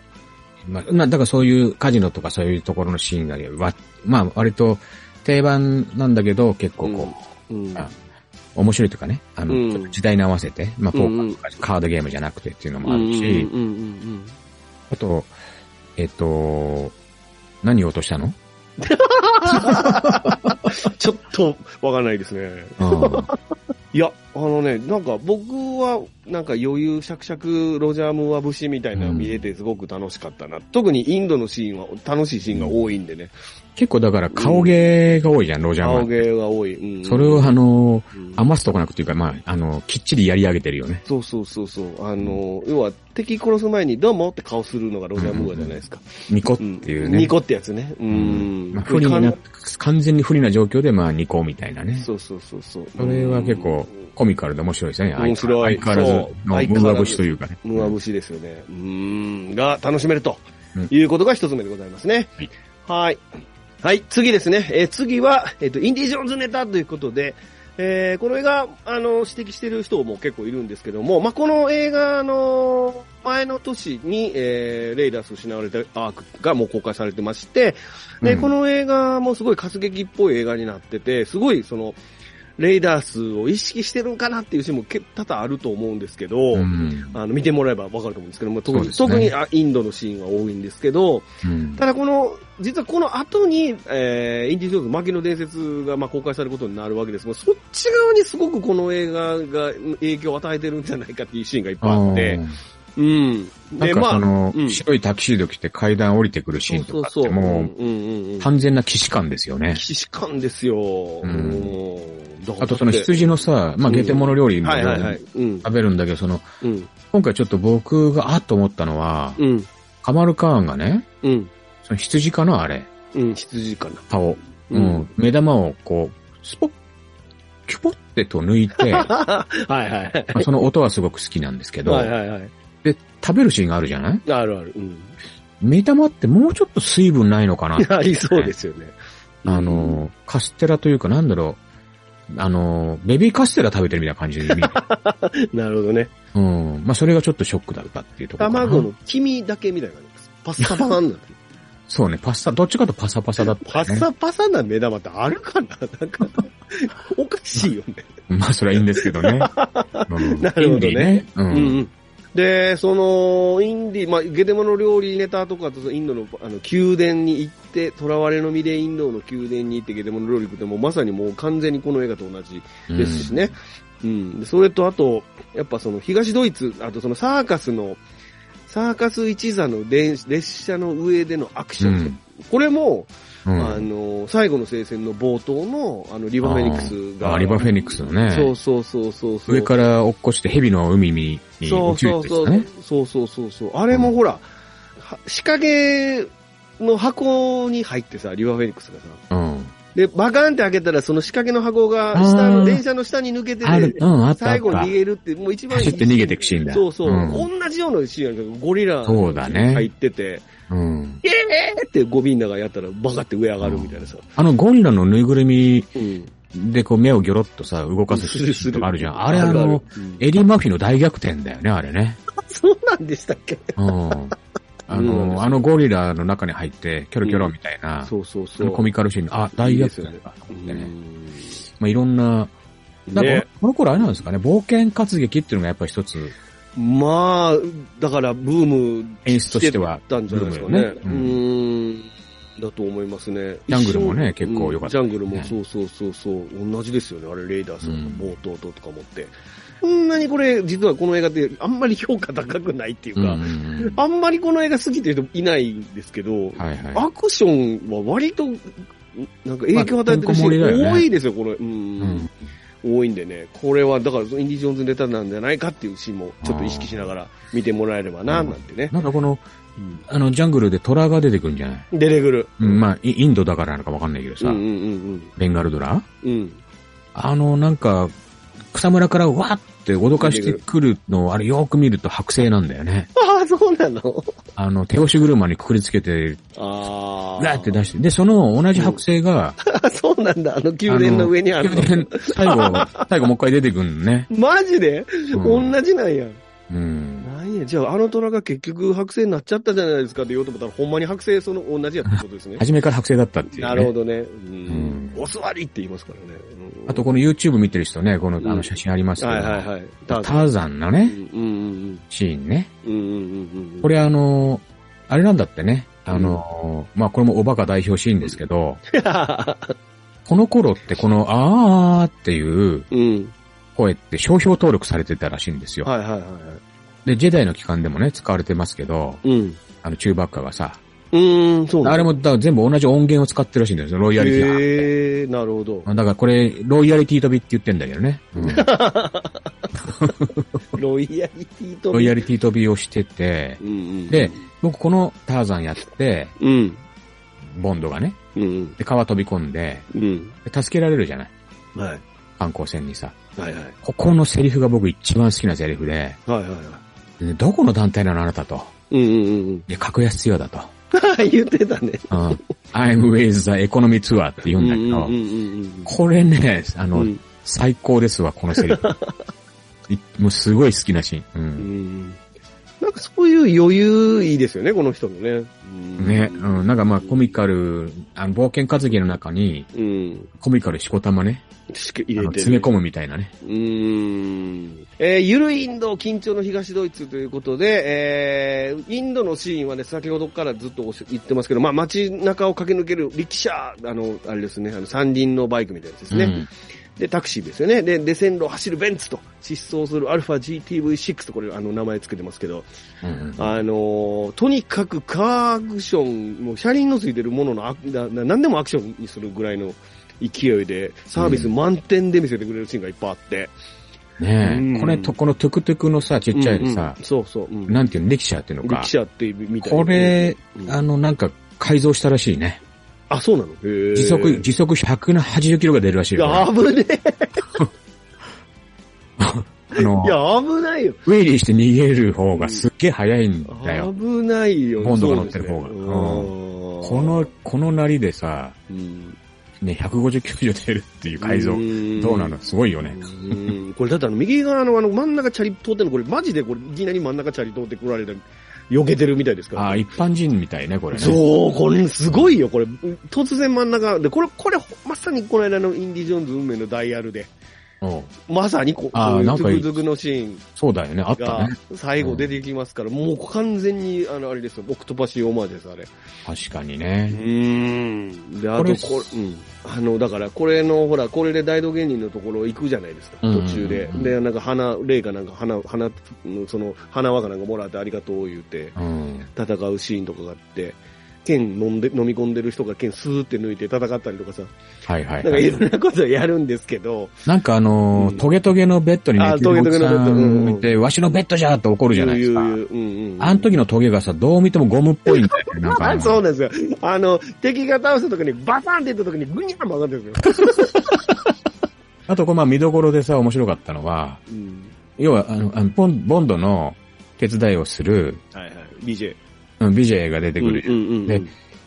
Speaker 2: まあ、まあだからそういうカジノとかそういうところのシーンが、わまあ、割と定番なんだけど、結構こ
Speaker 1: うん。
Speaker 2: あう、面白いというかね、あの、
Speaker 1: うん
Speaker 2: ちょっと時代に合わせて、まあ、ポ
Speaker 1: うんうん
Speaker 2: ーカーとかカードゲームじゃなくてっていうのもあるし、
Speaker 1: うんうんうんうん
Speaker 2: あと、えっと、何を落としたの
Speaker 1: うんちょっとわかんないですね。 [laughs]
Speaker 2: うん
Speaker 1: いや、あのね、なんか僕は、なんか余裕しゃくしゃくロジャームは節みたいなの見れてすごく楽しかったな。特にインドのシーンは楽しいシーンが多いんでね。
Speaker 2: 結構だから顔芸が多いじゃん、ロジャーマン
Speaker 1: 顔
Speaker 2: って。
Speaker 1: 芸が多い。うん、
Speaker 2: それをあの、
Speaker 1: うん
Speaker 2: 余すとこなくというか、まあ、あの、きっちりやり上げてるよね。
Speaker 1: そうそうそうそう。あの、要は敵殺す前にどうもって顔するのがロジャームーアじゃないですか。
Speaker 2: ニコっ
Speaker 1: う
Speaker 2: て
Speaker 1: ん。
Speaker 2: いうね。
Speaker 1: ニコってやつね。う
Speaker 2: うん
Speaker 1: ん。
Speaker 2: まあ、不利にな、完全に不利な状況で、まあ、ニコみたいなね。
Speaker 1: そうそうそうそう。
Speaker 2: それは結構コミカルで面白いですね。
Speaker 1: 面白い
Speaker 2: 相変わら
Speaker 1: そう
Speaker 2: ずの
Speaker 1: 相変わらず
Speaker 2: ムーア節というかね。
Speaker 1: ムーア節ですよね。うーん、が楽しめると
Speaker 2: うん
Speaker 1: いうことが一つ目でございますね。
Speaker 2: はい
Speaker 1: はい。はい、次ですね。えー次は、えっ、と、インディ・ジョーンズネタということで、えーこれが、あの、指摘してる人も結構いるんですけども、まあ、この映画の前の年に、えーレイダース失われたアークがもう公開されてまして、で、
Speaker 2: うん
Speaker 1: この映画もすごい活劇っぽい映画になってて、すごい、その、レイダースを意識してるんかなっていうシーンもけ多々あると思うんですけど、
Speaker 2: うん
Speaker 1: あの、見てもらえばわかると思うんですけども、特
Speaker 2: そう
Speaker 1: に、
Speaker 2: ですね
Speaker 1: 特にあインドのシーンが多いんですけど、
Speaker 2: うん
Speaker 1: ただこの、実はこの後に、えー、インディ・ジョーンズ、マギの伝説がまあ公開されることになるわけですが、そっち側にすごくこの映画が影響を与えてるんじゃないかっていうシーンがいっぱいあって、うん。
Speaker 2: なんかその、
Speaker 1: うん
Speaker 2: 白いタキシード着て階段降りてくるシーンとかって、も
Speaker 1: う、んうんうん
Speaker 2: う、。完全な騎士感ですよね。
Speaker 1: 騎士官ですよ。
Speaker 2: うん
Speaker 1: うんだから
Speaker 2: あとその
Speaker 1: だって
Speaker 2: 羊のさ、まあ、ゲテモノ料理も
Speaker 1: はいはいはい。うん。
Speaker 2: 食べるんだけど、その、
Speaker 1: うん。
Speaker 2: 今回ちょっと僕が、あっと思ったのは、
Speaker 1: うん。
Speaker 2: カマルカーンがね、
Speaker 1: うん。
Speaker 2: その羊かなあれ、
Speaker 1: うん。羊かな。
Speaker 2: 顔。うん。。目玉をこう、スポッ、キュポってと抜
Speaker 1: [laughs]
Speaker 2: いて、ま
Speaker 1: はいはい。
Speaker 2: あその音はすごく好きなんですけど、
Speaker 1: はいはいはい。
Speaker 2: で、食べるシーンがあるじゃない
Speaker 1: あるある。うん。
Speaker 2: 目玉ってもうちょっと水分ないのかな
Speaker 1: [laughs] ありそうですよね。
Speaker 2: あの、カステラというかなんだろう、あの、ベビーカステラ食べてるみたいな感じに見
Speaker 1: [laughs]
Speaker 2: える
Speaker 1: なるほどね。
Speaker 2: うん。まあそれがちょっとショックだったっていうところかな。
Speaker 1: 卵の黄身だけみたいな感じです。パッサパサになってる。
Speaker 2: そうね、パスタ、どっちかとパサパサだった、
Speaker 1: [laughs]
Speaker 2: ね。
Speaker 1: パッサパサな目玉ってあるかななんか、おかしいよね。
Speaker 2: [laughs] まあそれはいいんです
Speaker 1: [laughs]
Speaker 2: けどね。うん
Speaker 1: なるほどね
Speaker 2: インディね。う。
Speaker 1: うんん。で、その、インディ、まあ、ゲテモノ料理ネタとかと、そのインドの、あの、宮殿に行って、囚われの身でインドの宮殿に行ってゲテモノ料理食って、もうまさにもう完全にこの映画と同じ
Speaker 2: うん
Speaker 1: ですし。ね。うん。でそれとあと、やっぱその東ドイツ、あとそのサーカスの、サーカス一座の電列車の上でのアクション。
Speaker 2: うん
Speaker 1: これも、
Speaker 2: うん
Speaker 1: あの、最後の聖戦の冒頭の、あの、リバフェニックスが。
Speaker 2: あーリバフェニックスのね。
Speaker 1: そうそうそうそうそう。
Speaker 2: 上から落っこして蛇の海にに
Speaker 1: そ
Speaker 2: 落
Speaker 1: う
Speaker 2: ちる
Speaker 1: そ
Speaker 2: や
Speaker 1: うそう
Speaker 2: つですかね。。
Speaker 1: そうそうそうそう。あれもほら、は仕掛けの箱に入ってさ、リバフェニックスがさ。
Speaker 2: うん。
Speaker 1: で、バカンって開けたら、その仕掛けの箱が、下
Speaker 2: あ
Speaker 1: の、
Speaker 2: ー
Speaker 1: 電車の下に抜けてて、
Speaker 2: ある、うん、あったあ
Speaker 1: 最
Speaker 2: っ
Speaker 1: 後
Speaker 2: た
Speaker 1: 逃。げるって、もう一番いい
Speaker 2: 走って逃げてくシーンだ。
Speaker 1: そうそう。
Speaker 2: うん
Speaker 1: 同じようなシーンやけど、ゴリラ
Speaker 2: そうだ
Speaker 1: 入っ
Speaker 2: ね。
Speaker 1: てて、
Speaker 2: うん。
Speaker 1: えーってゴビンナがやったらバカって上上がるみたいなさ。
Speaker 2: あのゴリラのぬいぐるみ
Speaker 1: うん。
Speaker 2: でこう目をギョロッとさ、動かすシーンとかあるじゃ
Speaker 1: [laughs]
Speaker 2: ん。あれあの、、
Speaker 1: うん
Speaker 2: エディ・マフィの大逆転だよね、あれね。
Speaker 1: そうなんでしたっけ [laughs]
Speaker 2: うん。あ
Speaker 1: うん
Speaker 2: の、あのゴリラの中に入って、キョロキョロみたいな、
Speaker 1: そうそう
Speaker 2: そ
Speaker 1: そう。
Speaker 2: のコミカルシーンの、あ、大逆
Speaker 1: いい
Speaker 2: 転
Speaker 1: で
Speaker 2: だと
Speaker 1: う
Speaker 2: 思ってね。
Speaker 1: ん
Speaker 2: まあいろんな、だから
Speaker 1: ね
Speaker 2: このこの頃あれなんですかね、冒険活劇っていうのがやっぱり一つ
Speaker 1: まあ、だからブーム
Speaker 2: 演出としては
Speaker 1: たんじゃないですか
Speaker 2: ブ
Speaker 1: ね。
Speaker 2: ームよね
Speaker 1: う
Speaker 2: うん
Speaker 1: ん。だと思いますね。
Speaker 2: ジャングルもね
Speaker 1: 一瞬
Speaker 2: 結構良かった
Speaker 1: うん
Speaker 2: で
Speaker 1: ジ
Speaker 2: す
Speaker 1: ャ
Speaker 2: ね
Speaker 1: ングルもそうそうそうそう、同じですよね。あれ、レイダースの冒頭ととか持って。こんなにこれ、実はこの映画ってあんまり評価高くないっていうか、
Speaker 2: うん
Speaker 1: あんまりこの映画好きっていう人いないんですけど、
Speaker 2: はいはい。
Speaker 1: アクションは割と、なんか影響を与えてるし、
Speaker 2: まあてんこ盛りだよね
Speaker 1: 多いですよ、これ。う
Speaker 2: うんん。
Speaker 1: 多いんでね、これはだからインディ・ジョーンズネタなんじゃないかっていうシーンもちょっと意識しながら見てもらえればな、
Speaker 2: あ
Speaker 1: なん
Speaker 2: ー
Speaker 1: てね。
Speaker 2: [laughs] なんかこの、あの、ジャングルで虎が出てくるんじゃない
Speaker 1: 出てくる。
Speaker 2: うん、まあ、イインドだからなのかわかんないけど
Speaker 1: うん
Speaker 2: さ、
Speaker 1: うんうん
Speaker 2: ベンガルドラ
Speaker 1: うん。うん。
Speaker 2: あの、なんか、草むらからわーって脅かしてくるのを、あれよく見ると剥製なんだよね。
Speaker 1: ああ、そうなの
Speaker 2: あの、手押し車にくくりつけて、
Speaker 1: ああ。
Speaker 2: ガーって出して、で、その同じ剥製が、
Speaker 1: あそうなんだ、あの宮殿の上 [laughs] にあるの。
Speaker 2: 宮殿最
Speaker 1: [laughs]
Speaker 2: 後、最後もう一回出てくるのね。
Speaker 1: マジで、
Speaker 2: うん
Speaker 1: 同じなんや。
Speaker 2: うん。
Speaker 1: なんや、じゃああの虎が結局白星になっちゃったじゃないですかって言おうと思ったら、ほんまに白星その同じやったってことですね。
Speaker 2: 初めから剥製だったっていう、ね。
Speaker 1: なるほどね。うん。
Speaker 2: うん
Speaker 1: お座りって言いますからね。うん
Speaker 2: あと、この YouTube 見てる人ね、この、
Speaker 1: うん
Speaker 2: あの写真ありますけど、
Speaker 1: はいはいはい。
Speaker 2: タ
Speaker 1: ター
Speaker 2: ーザンの
Speaker 1: う
Speaker 2: ね、
Speaker 1: んうん
Speaker 2: シーンね。
Speaker 1: うんうん。うんうんうんうん。
Speaker 2: これあの、あれなんだってね。あの、まあ、これもおバカ代表シーンです
Speaker 1: [laughs]
Speaker 2: けど、この頃ってこの、あーっていう、
Speaker 1: うん。
Speaker 2: 声って商標登録されてたらしいんですよ。
Speaker 1: はいはいはいは
Speaker 2: で、ジェダイの機関でもね、使われてますけど、
Speaker 1: い。うん。
Speaker 2: あの、チューバッカがさ、
Speaker 1: うーん、そう
Speaker 2: あれ
Speaker 1: も
Speaker 2: もだから全部同じ音源を使ってるらしいんですよ、ロイヤリティがあって。
Speaker 1: へー、なるほど。
Speaker 2: だからこれ、ロイヤリティ飛びって言ってんだけどね。うん
Speaker 1: ロイヤリティと。
Speaker 2: ロイヤリティ飛びをしてて
Speaker 1: う、んうん。
Speaker 2: で、僕このターザンやって、
Speaker 1: うん。
Speaker 2: ボンドがね、
Speaker 1: うんうん。
Speaker 2: で、川飛び込んで、
Speaker 1: うん。
Speaker 2: で助けられるじゃない
Speaker 1: はい。
Speaker 2: 観光船にさ。
Speaker 1: はいはい。
Speaker 2: ここのセリフが僕一番好きなセリフで、
Speaker 1: はいはいは
Speaker 2: でどこの団体なのあなたと。
Speaker 1: い。うんうんうんうん。
Speaker 2: で、格安よだと。
Speaker 1: 言ってたね。
Speaker 2: うん。I'm with the economy tour って言うんだけど、
Speaker 1: うんうんうん
Speaker 2: これね、あ
Speaker 1: うん。
Speaker 2: の、
Speaker 1: うん
Speaker 2: 最高ですわ、このセリフ。いもうすごい好きなシーン。う
Speaker 1: うんん。なんかそういう余裕いいですよね、この人のね。
Speaker 2: ね、うん、なんかまあコミカル、あの、冒険活劇の中に、
Speaker 1: うん。
Speaker 2: コミカルしこたまね、
Speaker 1: しく
Speaker 2: あ
Speaker 1: 入
Speaker 2: の
Speaker 1: れてる。
Speaker 2: 詰め込むみたいなね。
Speaker 1: うーん。えーゆるインド、緊張の東ドイツということで、えーインドのシーンはね、先ほどからずっとおし言ってますけど、まあ、街中を駆け抜ける力車、あの、あれですね、あの、三輪のバイクみたいなやつですね。
Speaker 2: うん
Speaker 1: で、タクシーですよね。で、で、線路を走るベンツと、疾走するアルファ GTV6 と、これ、あの、名前つけてますけど、
Speaker 2: うんうん
Speaker 1: あのーとにかくカーアクション、もう車輪のついてるもののアクな、な何でもアクションにするぐらいの勢いで、サービス満点で見せてくれるシーンがいっぱいあって。
Speaker 2: ねえ、
Speaker 1: うん
Speaker 2: これと、このトゥクトゥクのさ、ちっちゃいさ
Speaker 1: うんうん、そうそう。うん、
Speaker 2: なんていうの、レキシャーっていうのか
Speaker 1: 力。車ってみたいな
Speaker 2: これ、
Speaker 1: うん
Speaker 2: あの、なんか改造したらしいね。
Speaker 1: あ、そうなのへ
Speaker 2: 時速、時速180キロが出るらしい
Speaker 1: い
Speaker 2: よ。
Speaker 1: や、
Speaker 2: あ
Speaker 1: 危ねえ。
Speaker 2: の
Speaker 1: い、や、危ないよ。
Speaker 2: ウェイリーして逃げる方がすっげえ速いんだよ。
Speaker 1: 危ないよ。
Speaker 2: ボンドが乗ってる方が
Speaker 1: そうですね
Speaker 2: この、、このなりでさ、
Speaker 1: うん
Speaker 2: ね、150キロ以上出るっていう改造。
Speaker 1: ん
Speaker 2: どうなのすごいよね。
Speaker 1: うんこれだってあの右側のあの真ん中チャリ通ってんのこれマジでこれいきなり真ん中チャリ通ってこられた避けてるみたいですから。
Speaker 2: ああ、一般人みたいね、これね。
Speaker 1: そう、これすごいよ、これ。突然真ん中。で、これ、これ、まさにこの間のインディ・ジョーンズ運命のダイヤルで、
Speaker 2: うん。
Speaker 1: まさにここ
Speaker 2: あー
Speaker 1: ういう
Speaker 2: な
Speaker 1: ト
Speaker 2: んか
Speaker 1: ゥクトゥクのシーン
Speaker 2: そうだよね、あった
Speaker 1: が
Speaker 2: ね。
Speaker 1: 最後出てきますから、もう完全に、あの、あれですよ、オクトパシーオマージュです、あれ。
Speaker 2: 確かに
Speaker 1: う
Speaker 2: ね。
Speaker 1: ん。で、あと、
Speaker 2: こ
Speaker 1: これう
Speaker 2: れ、
Speaker 1: ん。あの、だから、これの、ほら、これで大道芸人のところ行くじゃないですか、
Speaker 2: うんうんうん
Speaker 1: 途中で。で、なんか、花、霊かなんか、花、花、うんその、花輪かなんかもらってありがとう言うて、
Speaker 2: うん。
Speaker 1: 戦うシーンとかがあって、剣飲んで、飲み込んでる人が剣スーって抜いて戦ったりとかさ、
Speaker 2: はいは
Speaker 1: な
Speaker 2: い
Speaker 1: んか
Speaker 2: はいい。
Speaker 1: ろんなことやるんですけど、
Speaker 2: なんかあのー
Speaker 1: うん
Speaker 2: トゲトゲのベッドに
Speaker 1: あー
Speaker 2: 寝てる
Speaker 1: ト
Speaker 2: お
Speaker 1: ゲト
Speaker 2: じ
Speaker 1: ゲのベ
Speaker 2: さ
Speaker 1: ッドうんうん
Speaker 2: んって、わしのベッドじゃーって怒るじゃないですか。
Speaker 1: うううんうん
Speaker 2: あの時のトゲがさ、どう見てもゴムっぽいんだよね、なんかあ
Speaker 1: あ [laughs]
Speaker 2: の。
Speaker 1: そうなんですよ。あの、敵が倒した時にバサンっていった時にグニャン曲がるん [laughs] ですよ。
Speaker 2: あと、こうまあ見どころでさ、面白かったのは、
Speaker 1: うん。
Speaker 2: 要は、あの、あのボンボンドの手伝いをする、
Speaker 1: はいはい。BJ。
Speaker 2: うん、BJ が出てくる。
Speaker 1: うんうんうんうん
Speaker 2: で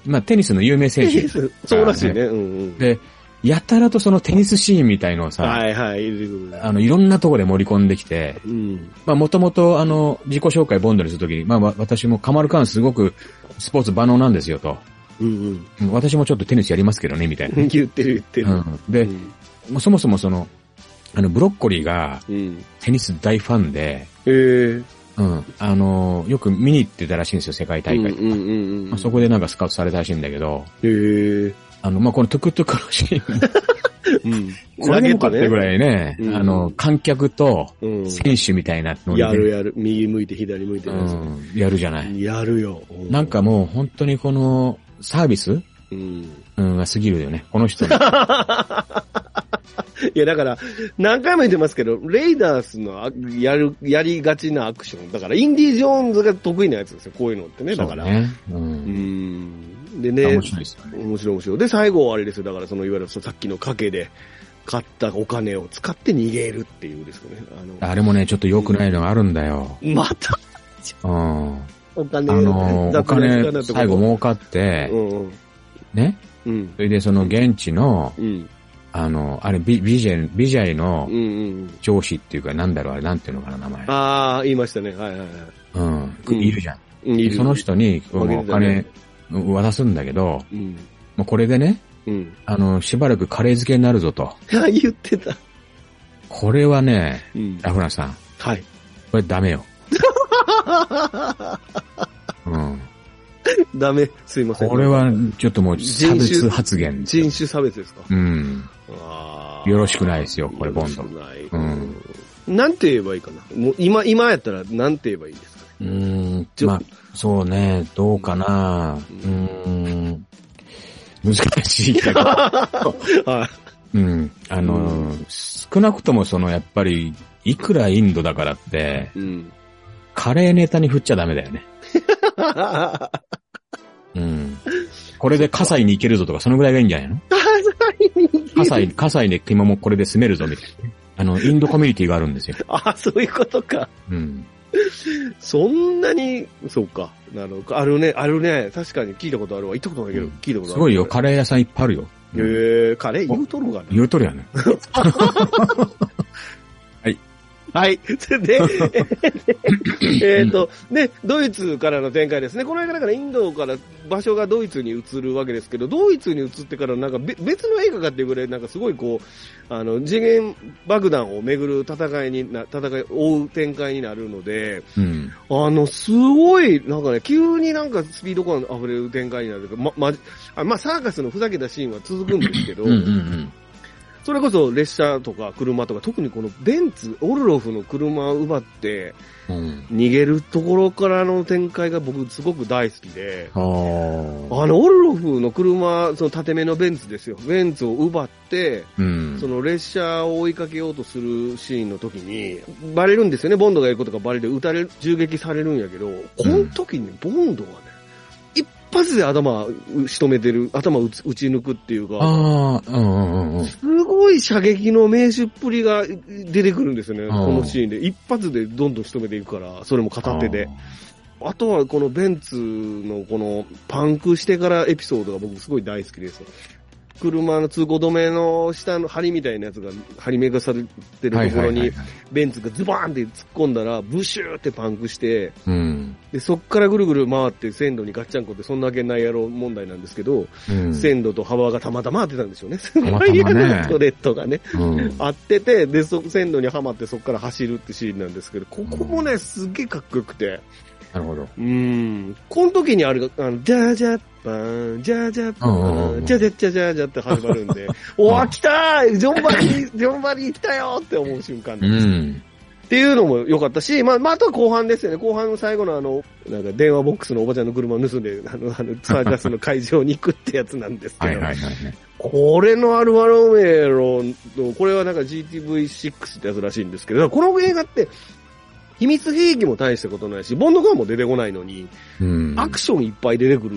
Speaker 2: まあ、テニスの有名選手。
Speaker 1: そうらしいね。うんうん。
Speaker 2: で、やたらとそのテニスシーンみたいのをさ、
Speaker 1: はいはい。いる
Speaker 2: あの、いろんなとこで盛り込んできて、
Speaker 1: うん。
Speaker 2: まあ、もともと、あの、自己紹介ボンドにするときに、まあ、わ私もカマルカーンすごくスポーツ万能なんですよと。
Speaker 1: うん
Speaker 2: うん私もちょっとテニスやりますけどね、みたい
Speaker 1: うん。言ってる言ってる。
Speaker 2: な。うん、で、もうそもそもその、あの、ブロッコリーが
Speaker 1: うん。
Speaker 2: テニス大ファンで、
Speaker 1: ええ。
Speaker 2: うん、あの、よく見に行ってたらしいんですよ、世界大会。
Speaker 1: うんうんう
Speaker 2: ま
Speaker 1: ん。
Speaker 2: あ、そこでなんかスカウトされたらしいんだけど、
Speaker 1: ええ。
Speaker 2: あの、まあ、このトゥクトゥクのシーン、
Speaker 1: うん。 [laughs]
Speaker 2: これでもかってぐらいね、
Speaker 1: うん
Speaker 2: あの、観客と
Speaker 1: うん。
Speaker 2: 選手みたいなの
Speaker 1: やる
Speaker 2: や
Speaker 1: やる。右向いて左向いて
Speaker 2: う
Speaker 1: るやつ
Speaker 2: ん、やるじゃない。
Speaker 1: やるよ。う
Speaker 2: なんか、もう本当にこのサービス
Speaker 1: うん。
Speaker 2: うん、が過ぎるよね。この
Speaker 1: [laughs]
Speaker 2: 人の。
Speaker 1: いや、だから、何回も言ってますけど、レイダースのあやる、やりがちなアクション。だから、インディ・ジョーンズが得意なやつですよ、こういうのってね、だから。
Speaker 2: そうね。う。
Speaker 1: うんん。でね
Speaker 2: 面、白いですよね。
Speaker 1: 面白い面白い。で、最後はあれですよ。だから、その、いわゆるそのさっきの賭けで、買ったお金を使って逃げるっていうですよね。あの、
Speaker 2: あれもね、ちょっと良くないのがあるんだよ。
Speaker 1: また
Speaker 2: うん。あ
Speaker 1: お金
Speaker 2: のー、お
Speaker 1: 雑な時間だ
Speaker 2: 金
Speaker 1: ってこと
Speaker 2: 最後儲かって
Speaker 1: う、ん
Speaker 2: ね。
Speaker 1: うん。
Speaker 2: それでその現地の、
Speaker 1: うん。
Speaker 2: あの、あれ、ビビジェ、ビジャイの
Speaker 1: うん。うん。
Speaker 2: 上司っていうか、なんだろう、あれ、なんていうのかな、名前。
Speaker 1: ああ、言いましたね。はいはいはい。
Speaker 2: うん。
Speaker 1: うん
Speaker 2: いるじゃん。
Speaker 1: うんい
Speaker 2: で
Speaker 1: る
Speaker 2: その人に、このお
Speaker 1: 負けてたね
Speaker 2: 金、渡すんだけど、
Speaker 1: うん。
Speaker 2: もうこれでね、
Speaker 1: うん。 [laughs]
Speaker 2: あの、しばらくカレー漬けになるぞと。
Speaker 1: あ言ってた。
Speaker 2: これはね、
Speaker 1: うん
Speaker 2: ラフランさん、
Speaker 1: はい。
Speaker 2: これダ
Speaker 1: [laughs]
Speaker 2: メよ。うん。
Speaker 1: ダメ、すいません。
Speaker 2: これは、ちょっともう、差別発言ですよ
Speaker 1: 人種差別ですか
Speaker 2: うん。
Speaker 1: あ
Speaker 2: よろしくないですよこれボンド
Speaker 1: よろしくない。
Speaker 2: うん
Speaker 1: なんて言えばいいかな。もう今、今やったらなんて言えばいいですかね。
Speaker 2: うーん、まあ、そうね、どうかな。うーん、難しいけ
Speaker 1: [laughs]
Speaker 2: ど。
Speaker 1: はい。
Speaker 2: うん、あのー、少なくともその、やっぱり、いくらインドだからって、
Speaker 1: [laughs] うん。
Speaker 2: カレーネタに振っちゃダメだよね。うん。これで火災に行けるぞとか、そのぐらいがいいんじゃないの火災、火災で今もこれで住めるぞみたいな。あの、インドコミュニティがあるんですよ。
Speaker 1: あ、そういうことか。
Speaker 2: うん。
Speaker 1: そんなに、そうか。なるほど。あるね、あるね。確かに聞いたことあるわ。行ったことないけど、
Speaker 2: うん
Speaker 1: 聞いたことある。
Speaker 2: すごいよ、カレー屋さんいっぱいあるよ。
Speaker 1: へえー、カレー言うとるがな。
Speaker 2: 言うとるやね。
Speaker 1: はい。 [laughs] で、えっと、で、ドイツからの展開ですね。この間だからインドから場所がドイツに移るわけですけど、ドイツに移ってからなんかべ別の映画かっていうぐらいなんかすごいこう、あの、次元爆弾をめぐる戦いにな、戦い、追う展開になるので、
Speaker 2: うん。
Speaker 1: あの、すごい、なんかね、急になんかスピード感溢れる展開になるというか、ま、ま、あまあ、サーカスのふざけたシーンは続くんですけど、
Speaker 2: うんうんうん。
Speaker 1: それこそ列車とか車とか、特にこのベンツ、オルロフの車を奪って
Speaker 2: うん。
Speaker 1: 逃げるところからの展開が僕すごく大好きで、
Speaker 2: あー
Speaker 1: あの、オルロフの車、その縦目のベンツですよ。ベンツを奪って、
Speaker 2: うん。
Speaker 1: その列車を追いかけようとするシーンの時に、バレるんですよね、ボンドがいることがバレて、撃たれる、銃撃されるんやけど、この時にね、ボンドがね、一発で頭う仕留めてる、頭打ち打ち抜くっていうか、
Speaker 2: ああ、うんうんうんうん。
Speaker 1: すごい射撃の名手っぷりが出てくるんですよね、
Speaker 2: ん
Speaker 1: このシーンで。一発でどんどん仕留めていくから、それも片手で。あとはこのベンツのこのパンクしてからエピソードが僕すごい大好きです。車の通行止めの下の針みたいなやつが張り巡らされて
Speaker 2: あー。は
Speaker 1: る
Speaker 2: い
Speaker 1: ところ
Speaker 2: はいはいはい
Speaker 1: にベンツがズバーンって突っ込んだらブシューってパンクして、
Speaker 2: うん。
Speaker 1: でそっからぐるぐる回って線路にガッチャンコってそんなわけないやろ問題なんですけど、
Speaker 2: うん。
Speaker 1: 線路と幅がたまたま合ってたんでしょうね。すご [laughs]
Speaker 2: ま
Speaker 1: い
Speaker 2: ね
Speaker 1: トレッドがね。
Speaker 2: うん
Speaker 1: 合ってて、で、そ、線路にはまってそっから走るってシーンなんですけど、ここもね、すげえかっこよくて。
Speaker 2: なるほど。
Speaker 1: うーんこの時にあれが、あの、じゃじゃパン、じゃじゃ
Speaker 2: うん
Speaker 1: パ
Speaker 2: うん
Speaker 1: ン、
Speaker 2: うん
Speaker 1: じゃじゃじゃじゃじゃって始まるん
Speaker 2: [laughs]
Speaker 1: で、おー、来たージョンバリー、 [laughs] ジョンバリー来たよーって思う瞬間
Speaker 2: う
Speaker 1: なんです。
Speaker 2: ん。
Speaker 1: っていうのも良かったし、まあ、まあ、あとは後半ですよね。後半の最後のあの、なんか電話ボックスのおばちゃんの車を盗んで、あの、あの、ツアージャスの会場に行くってやつなんですけ
Speaker 2: は
Speaker 1: ど、
Speaker 2: いはいはいはい。
Speaker 1: これのアルファロメロの、これはなんか GTV6 ってやつらしいんですけど、この映画って、秘密兵器も大したことないし、ボンドガンも出てこないのに、
Speaker 2: うん。
Speaker 1: アクションいっぱい出てくる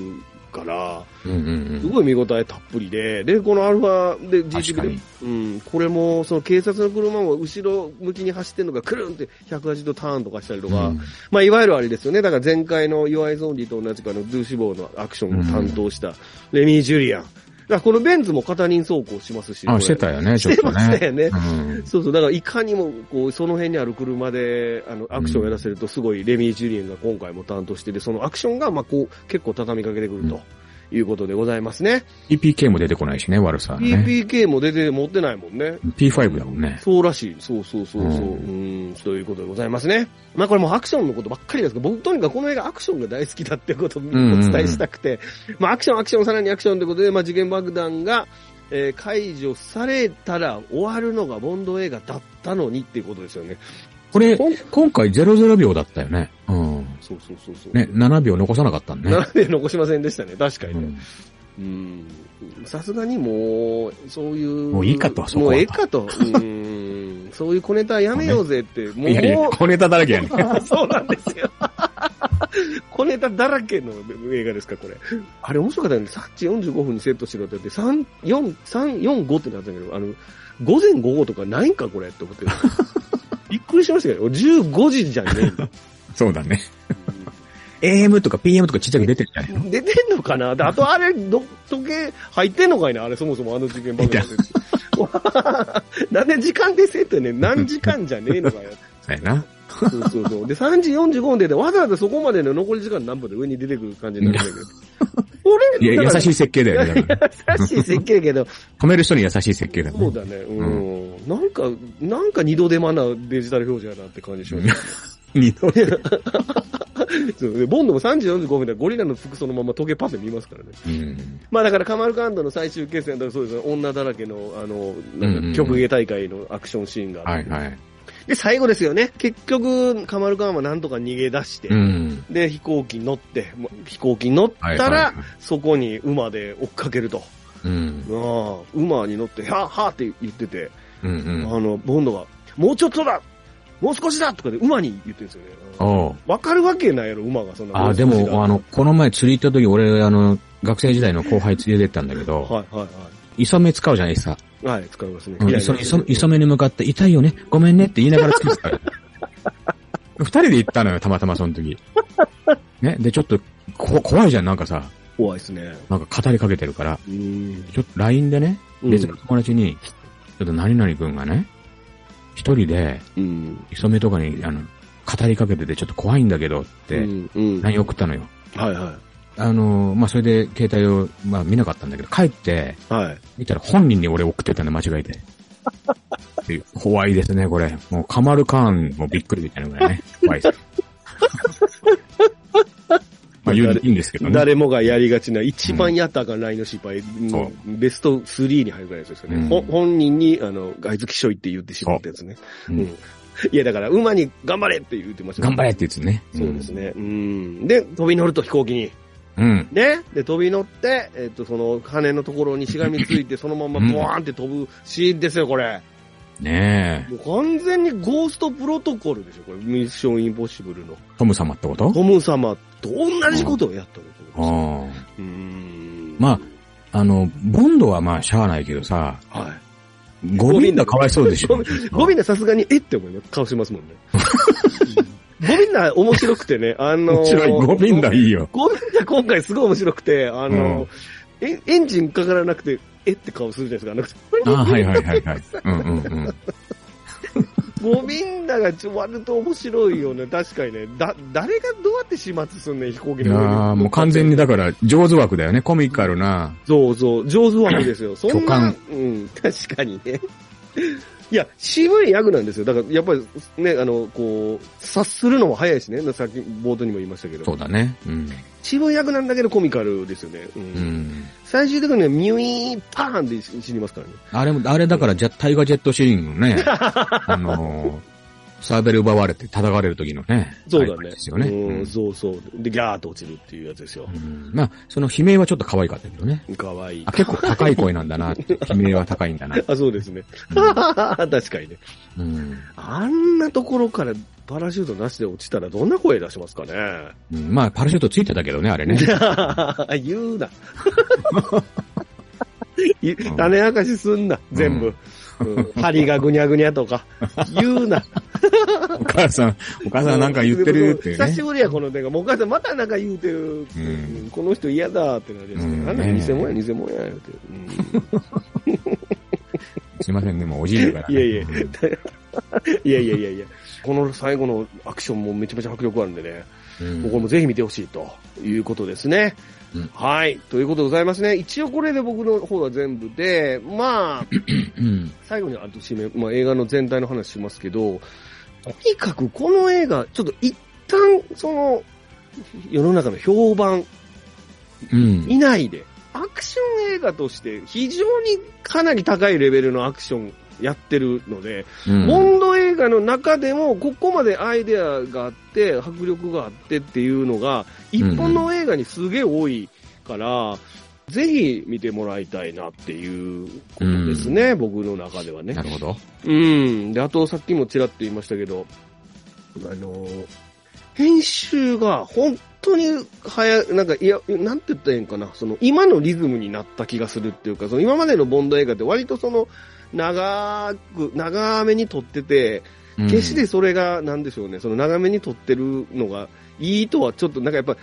Speaker 1: から、
Speaker 2: うんうん
Speaker 1: すごい見応えたっぷりで、で、このアルファで
Speaker 2: 確
Speaker 1: GTP
Speaker 2: か
Speaker 1: で
Speaker 2: に、
Speaker 1: うん、これも、その警察の車も後ろ向きに走ってんのが、くるんって180度ターンとかしたりと
Speaker 2: うん。
Speaker 1: か、まあ、いわゆるあれですよね、だから前回の UI ゾンリーと同じくあの、ドゥーシボーのアクションを担当した、レミー・ジュリアン。だからこのベンツも片輪走行しますし、こ
Speaker 2: あ、
Speaker 1: れ
Speaker 2: してたよね、ち
Speaker 1: [laughs]
Speaker 2: ょっ
Speaker 1: して
Speaker 2: と
Speaker 1: ました
Speaker 2: ね。
Speaker 1: よね。
Speaker 2: うん。
Speaker 1: そうそう、だからいかにも、こう、その辺にある車で、あの、アクションをやらせると、すごい、レミー・ジュリエンが今回も担当してて、そのアクションが、まあ、こう、結構畳みかけてくると。いうことでございますね。
Speaker 2: PPK も出てこないしね、悪さはね。
Speaker 1: PPK も出て持ってないもんね。
Speaker 2: P5 だもんね。
Speaker 1: そうらしい。そうそうそうそう。う、
Speaker 2: うん
Speaker 1: ん、そういうことでございますね。まあこれもうアクションのことばっかりですけど、僕とにかくこの映画アクションが大好きだっていうことをお伝えしたくて、まあアクション、アクション、さらにアクションということで、まあ事件爆弾が、えー解除されたら終わるのがボンド映画だったのにっていうことですよね。
Speaker 2: これ
Speaker 1: ほん、
Speaker 2: 今回00秒だったよね。うん。
Speaker 1: そうそうそうそう。
Speaker 2: ね、7秒残さなかったんね。
Speaker 1: 7年残しませんでしたね、確か
Speaker 2: う
Speaker 1: にね。
Speaker 2: ん
Speaker 1: うん。さすがにもう、そういう。
Speaker 2: もういいかとそこ
Speaker 1: も
Speaker 2: は
Speaker 1: うええかと。うん。そういう小ネタやめようぜって、もう、
Speaker 2: [laughs] いやいや、
Speaker 1: もう
Speaker 2: 小ネタだらけやね。
Speaker 1: [laughs] そうなんですよ。 [laughs] 小ネタだらけの映画ですか、これ。あれ面白かったよね。サッチ45分にセットしろって言って、3、4、3、4、5ってなったんだけど、あの、午前午後とかないんか、これって思って。びっくりしましたけど、15時じゃねえんだ。
Speaker 2: そうだね。AM とか PM とかちっちゃく出てるじゃない
Speaker 1: 出てんのかなであとあれ、ど、時計入ってんのかいなあれ、そもそもあの事件ばっかりで。 [laughs] なんで時間でせってねん、何時間じゃねえのかよ。
Speaker 2: そうやな。
Speaker 1: [laughs] そうそうそう。で、3時45分でね、わざわざそこまでの残り時間何分で上に出てくる感じになるんだけど。
Speaker 2: い
Speaker 1: 俺、だ
Speaker 2: や、
Speaker 1: か
Speaker 2: 優
Speaker 1: ら
Speaker 2: しい設計だよね。
Speaker 1: [laughs]
Speaker 2: だから
Speaker 1: 優しい設計やけ
Speaker 2: [laughs]
Speaker 1: ど、
Speaker 2: 止める人に優しい設計だよ
Speaker 1: そう
Speaker 2: ね。
Speaker 1: だね、うん。なんか、なんか二度手間なデジタル表示やなって感じしますね。
Speaker 2: [laughs] 二度目
Speaker 1: そうでボンドも3時45分でゴリラの服そのまま時計パッて見ますからね。
Speaker 2: うん。
Speaker 1: まあだからカマルカンドの最終決戦だからそうですね女だらけの、あの、
Speaker 2: うん
Speaker 1: な
Speaker 2: うんんう
Speaker 1: か
Speaker 2: ん
Speaker 1: 曲芸大会のアクションシーンがあ
Speaker 2: は
Speaker 1: っ
Speaker 2: い
Speaker 1: て、
Speaker 2: はい。
Speaker 1: で、最後ですよね。結局、カマルカンはなんとか逃げ出して、
Speaker 2: うん。
Speaker 1: で、飛行機に乗って、もう飛行機に乗ったら、
Speaker 2: はいはいはい
Speaker 1: そこに馬で追っかけると。
Speaker 2: うん。
Speaker 1: ああ馬に乗って、はぁ、はぁって言ってて、
Speaker 2: うんうん。
Speaker 1: あの、ボンドが、もうちょっとだもう少しだとかで馬に言ってるんですよね。
Speaker 2: おう
Speaker 1: わかるわけないやろ、馬がそんな。
Speaker 2: あー、で
Speaker 1: もう少しだ
Speaker 2: も、あの、、この前釣り行った時、俺、あの、学生時代の後輩釣り出てったんだけ
Speaker 1: は
Speaker 2: ど、
Speaker 1: いはいはい。
Speaker 2: イソメ使うじゃないですか。
Speaker 1: はい、使いますね。
Speaker 2: うん、
Speaker 1: いやいや
Speaker 2: 磯磯磯目に向かって、痛いよね、ごめんねって言いながら作ってた [laughs] から。二人で行ったのよ、たまたまその時。ね、で、ちょっと、こ、怖いじゃん、なんかさ、
Speaker 1: 怖いですね。
Speaker 2: なんか語りかけてるから、
Speaker 1: うん。
Speaker 2: ちょっと LINE でね、
Speaker 1: うん
Speaker 2: 別の友達に、ちょっと何々くんがね、一人で、
Speaker 1: うん。
Speaker 2: 磯目とかに、あの、語りかけてて、ちょっと怖いんだけどっ
Speaker 1: う
Speaker 2: て、
Speaker 1: ん。うん。はい
Speaker 2: LINE 送ったのよ。
Speaker 1: は
Speaker 2: あの、まあ、それで携帯を、まあ、見なかったんだけど、帰って、
Speaker 1: い。はい。
Speaker 2: 見たら本人に俺送ってたんで間違えて。 [laughs] っていう怖いですね、これ。もうカマルカーンもびっくりみたいなぐらいね。怖いです。 [laughs] まあ言ういいんですけどね。
Speaker 1: 誰もがやりがちな、一番やったらあかんラインの失敗、
Speaker 2: そう
Speaker 1: ベスト3に入るぐらいですよね。
Speaker 2: うん
Speaker 1: ほ本人に、あの、外付きしょいって言ってしまったやつね。
Speaker 2: うん
Speaker 1: うんいや、だから、馬に頑張れって言ってましたね
Speaker 2: 頑張れって言ってね。
Speaker 1: そうですね。うん。で、飛び乗ると飛行機に。
Speaker 2: うん。うん。
Speaker 1: ね。で、飛び乗って、えっと、その、羽のところにしがみつい
Speaker 2: [laughs]
Speaker 1: て、そのままボワーンって飛ぶシーンですよ、これ。
Speaker 2: ねえ。
Speaker 1: もう完全にゴーストプロトコルでしょ、これ。ミッションインポッシブルの。
Speaker 2: トム様ってこと
Speaker 1: トム様と同じことをやったことです。
Speaker 2: あ
Speaker 1: うーん。
Speaker 2: まあ、あの、ボンドはまあしゃあないけどさ、
Speaker 1: あ。はい。
Speaker 2: ゴビンダかわいそうでしょ。
Speaker 1: ゴビンナさすがに、えって思います。顔してますもんね。ゴビンナ面白くてね、あのー、
Speaker 2: 面白い、ゴビンダいいよ。
Speaker 1: ゴビンナ今回すごい面白くて、あのー、えエンジンかからなくて、えって顔するじゃないですか、あ
Speaker 2: あ
Speaker 1: の
Speaker 2: あ、はいはいはいはい。うんうんうん。
Speaker 1: 人。ゴビンナがちょ割と面白いよね、確かにね。だ、誰がどうやって始末すんねん、飛行機
Speaker 2: い
Speaker 1: の上に
Speaker 2: やあもう完全にだから、上手枠だよね。コミカルな。
Speaker 1: そうそう、上手枠です
Speaker 2: [clears throat]
Speaker 1: よ。そん
Speaker 2: 巨
Speaker 1: な
Speaker 2: 漢、
Speaker 1: うん、確かにね。いや、渋い役なんですよ。だから、やっぱり、ね、あの、こう、察するのも早いしね。さっき、冒頭にも言いましたけ
Speaker 2: そ
Speaker 1: ど
Speaker 2: う。だね。うん。
Speaker 1: 渋い役なんだけど、コミカルですよね。うん
Speaker 2: うん。
Speaker 1: 最終的には、ミュイーン、パーンで死死にますからね。
Speaker 2: あれも、あれだからジャ、タイガージェットシーンの
Speaker 1: [laughs]
Speaker 2: ね、あのー、サーベル奪われて叩かれる時のね、
Speaker 1: そうだ
Speaker 2: あれ
Speaker 1: ね。
Speaker 2: ですよね。
Speaker 1: う
Speaker 2: うん
Speaker 1: ん、そうそう。で、ギャーッと落ちるっていうやつですよ。
Speaker 2: うんまあ、その悲鳴はちょっと可愛かったけどね。
Speaker 1: かわいい
Speaker 2: あ。結構高い声なんだなって、悲鳴は高いんだな。
Speaker 1: [laughs] あ、そうですね。
Speaker 2: うん
Speaker 1: [laughs] 確かにね。
Speaker 2: うん
Speaker 1: あんなところからパラシュートなしで落ちたらどんな声出しますかね。
Speaker 2: うんまあ、パラシュートついてたけどね、あれね。
Speaker 1: [laughs] 言うな。い種明かしすんな、全部。うん針がぐにゃぐにゃと
Speaker 2: [laughs]
Speaker 1: か。言うな。
Speaker 2: お母さん、お母さんなんか言ってるって
Speaker 1: 久し
Speaker 2: ね。
Speaker 1: ぶりや、この手が。もうお母さんまたなんか言うてる。
Speaker 2: うん
Speaker 1: うんこの人嫌だってなるやつ。
Speaker 2: うん
Speaker 1: なんだ、偽物や、偽物や、言うて。
Speaker 2: すいません、でもおじいだからね。
Speaker 1: いやい
Speaker 2: [laughs]
Speaker 1: や
Speaker 2: うん
Speaker 1: うんいやいやいやいや。この最後のアクションもめちゃめちゃ迫力あるんでね。
Speaker 2: う
Speaker 1: こ
Speaker 2: ん
Speaker 1: れもぜひ見てほしいということですね。
Speaker 2: うん
Speaker 1: はい。ということでございますね。一応これで僕の方は全部で、まあ、
Speaker 2: うん
Speaker 1: 最後にあと締め、まあ、映画の全体の話しますけど、とにかくこの映画、ちょっと一旦、その、世の中の評判
Speaker 2: うん。
Speaker 1: 以内で、アクション映画として非常にかなり高いレベルのアクションやってるので、
Speaker 2: うん
Speaker 1: ボンド映画の中でもここまでアイデアがあって、迫力があってっていうのが、一本の映画にすげえ多いから、ぜひ見てもらいたいなっていうことですね、僕の中ではね
Speaker 2: な。るほど。
Speaker 1: うん。で、あと、さっきもちらっと言いましたけど、あのー、編集が本当に早い、なんか、いや、なんて言ったらいいんかな、その、今のリズムになった気がするっていうか、その、今までのボンド映画って割とその、長く、長めに撮ってて、
Speaker 2: うん
Speaker 1: 決してそれが、なんでしょうね、その長めに撮ってるのがいいとはちょっと、なんかやっぱ、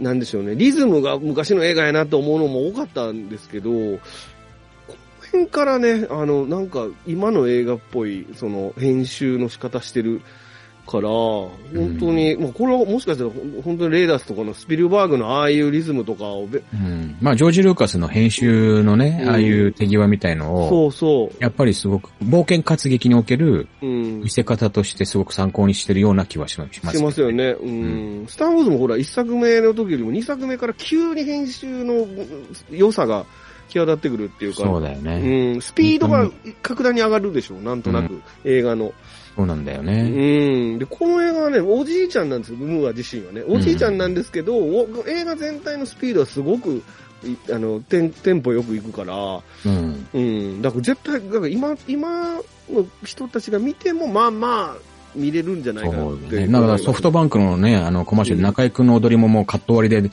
Speaker 1: なんでしょうね、リズムが昔の映画やなと思うのも多かったんですけど、この辺からね、あの、なんか今の映画っぽい、その編集の仕方してるから、本当に、まあこれはもしかしたらほん本当にレーダースとかのスピルバーグのああいうリズムとかをべ、
Speaker 2: うんまあ、ジョージ・ルーカスの編集のね
Speaker 1: う、ん
Speaker 2: ああいう手際みたいのを、
Speaker 1: そうそ
Speaker 2: やっぱりすごく、冒険活劇における
Speaker 1: う、うん
Speaker 2: 見。せ方としてすごく参考にしてるような気はします。
Speaker 1: してますよ。ね。うん。スターウォーズもほら、一作目の時よりも二作目から急に編集のうん良さが際立ってくるっていうか、
Speaker 2: そうだよね。
Speaker 1: うん、スピードが格段に上がるでしょう、なんとなく、
Speaker 2: う
Speaker 1: 映画の。
Speaker 2: そうなんだよ
Speaker 1: う
Speaker 2: ね。
Speaker 1: ん、で、この映画はね、おじいちゃんなんですよ、ムーア自身はね。おじいちゃんなんですけど、お映画全体のスピードはすごく、いあの、テンテンポよくいくから、
Speaker 2: うん。
Speaker 1: うん、だから絶対、だから今、今の人たちが見ても、まあまあ、見れるんじゃないかな
Speaker 2: そ
Speaker 1: っ
Speaker 2: う
Speaker 1: て
Speaker 2: だ
Speaker 1: い
Speaker 2: ね。
Speaker 1: う。
Speaker 2: だからソフトバンクのね、あの、コマーシャル、
Speaker 1: うん
Speaker 2: 中井くんの踊りももうカット割りで、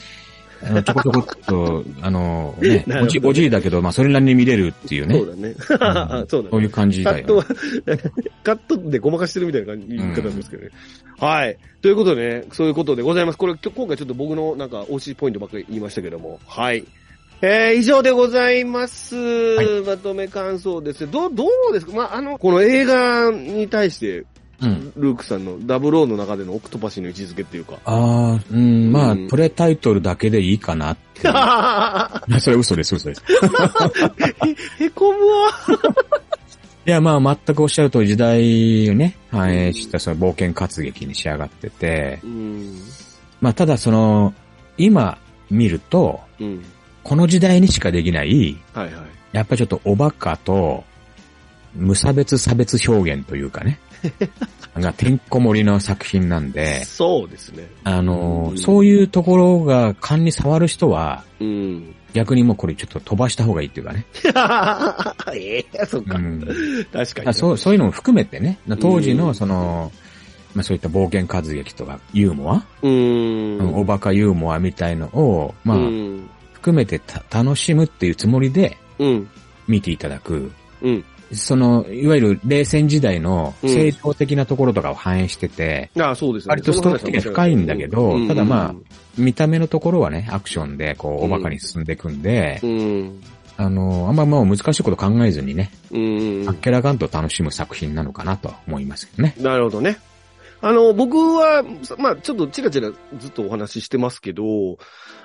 Speaker 2: あのちょこちょこっ
Speaker 1: [laughs]
Speaker 2: と、あの、ね
Speaker 1: なる、ほど
Speaker 2: おじ、おじいだけど、まあ、それなりに見れるっていうね。
Speaker 1: そうだね。
Speaker 2: うん
Speaker 1: そうだ
Speaker 2: そう
Speaker 1: ね。
Speaker 2: いう感じ
Speaker 1: カ
Speaker 2: だ
Speaker 1: ット
Speaker 2: よ
Speaker 1: は。、 [laughs] カットでごまかしてるみたいな感じ言い方なんですけどね。はい。ということでね、そういうことでございます。これ、今日今回ちょっと僕のなんか推しポイントばっかり言いましたけども。はい。えー、以上でございます。
Speaker 2: い
Speaker 1: まとめ感想ですね。どう、どうですかまあ、あの、この映画に対して、
Speaker 2: うん。
Speaker 1: ルークさんのダブローの中でのオクトパシーの位置づけっていうか。
Speaker 2: ああ、うん、ま
Speaker 1: う
Speaker 2: あ
Speaker 1: ん、
Speaker 2: プレタイトルだけでいいかなっていう。い [laughs] やそれ嘘です、嘘です。
Speaker 1: [laughs] へ、へこむわ。
Speaker 2: いや、まあ、全くおっしゃる通り時代をね、反映したその冒険活劇に仕上がってて
Speaker 1: う、ん。
Speaker 2: まあ、ただその、今見ると、
Speaker 1: うん。
Speaker 2: この時代にしかできない、
Speaker 1: はいはい。
Speaker 2: やっぱりちょっとおバカと、無差別差別表現という [laughs] かね、がてんこ盛りの作品なんで、
Speaker 1: そうですね。
Speaker 2: あの
Speaker 1: う、ん
Speaker 2: そういうところが勘に触る人は、
Speaker 1: [laughs] うん。
Speaker 2: 逆にもうこれちょっと飛ばした方がいいっていうか [laughs] ね。
Speaker 1: ええそっか。
Speaker 2: うん
Speaker 1: 確かに
Speaker 2: あ
Speaker 1: ね。
Speaker 2: そう、そういうのも含めてね、当時
Speaker 1: う
Speaker 2: の
Speaker 1: ん
Speaker 2: その、まあそういった冒険活劇とかユーモア、
Speaker 1: うーん。
Speaker 2: うんおバカユーモアみたいのを、まあ
Speaker 1: う、ん。
Speaker 2: 含めてた楽しむっていうつもりで
Speaker 1: うん。
Speaker 2: 見ていただく。
Speaker 1: うん。
Speaker 2: その、いわゆる冷戦時代の
Speaker 1: うん
Speaker 2: 成長的なところとかを反映してて、
Speaker 1: あそうですね。
Speaker 2: 割とストーリー的には深いんだけど
Speaker 1: うん
Speaker 2: ただまあ、見た目のところはね、アクションで、こう、おバカに進んでいくんで
Speaker 1: う、ん。
Speaker 2: あの、あんまもう難しいこと考えずにね、
Speaker 1: うん。
Speaker 2: あっけらかんと楽しむ作品なのかなと思いますけどね。
Speaker 1: なるほどね。あの、僕は、まあ、ちょっとチラチラずっとお話ししてますけど、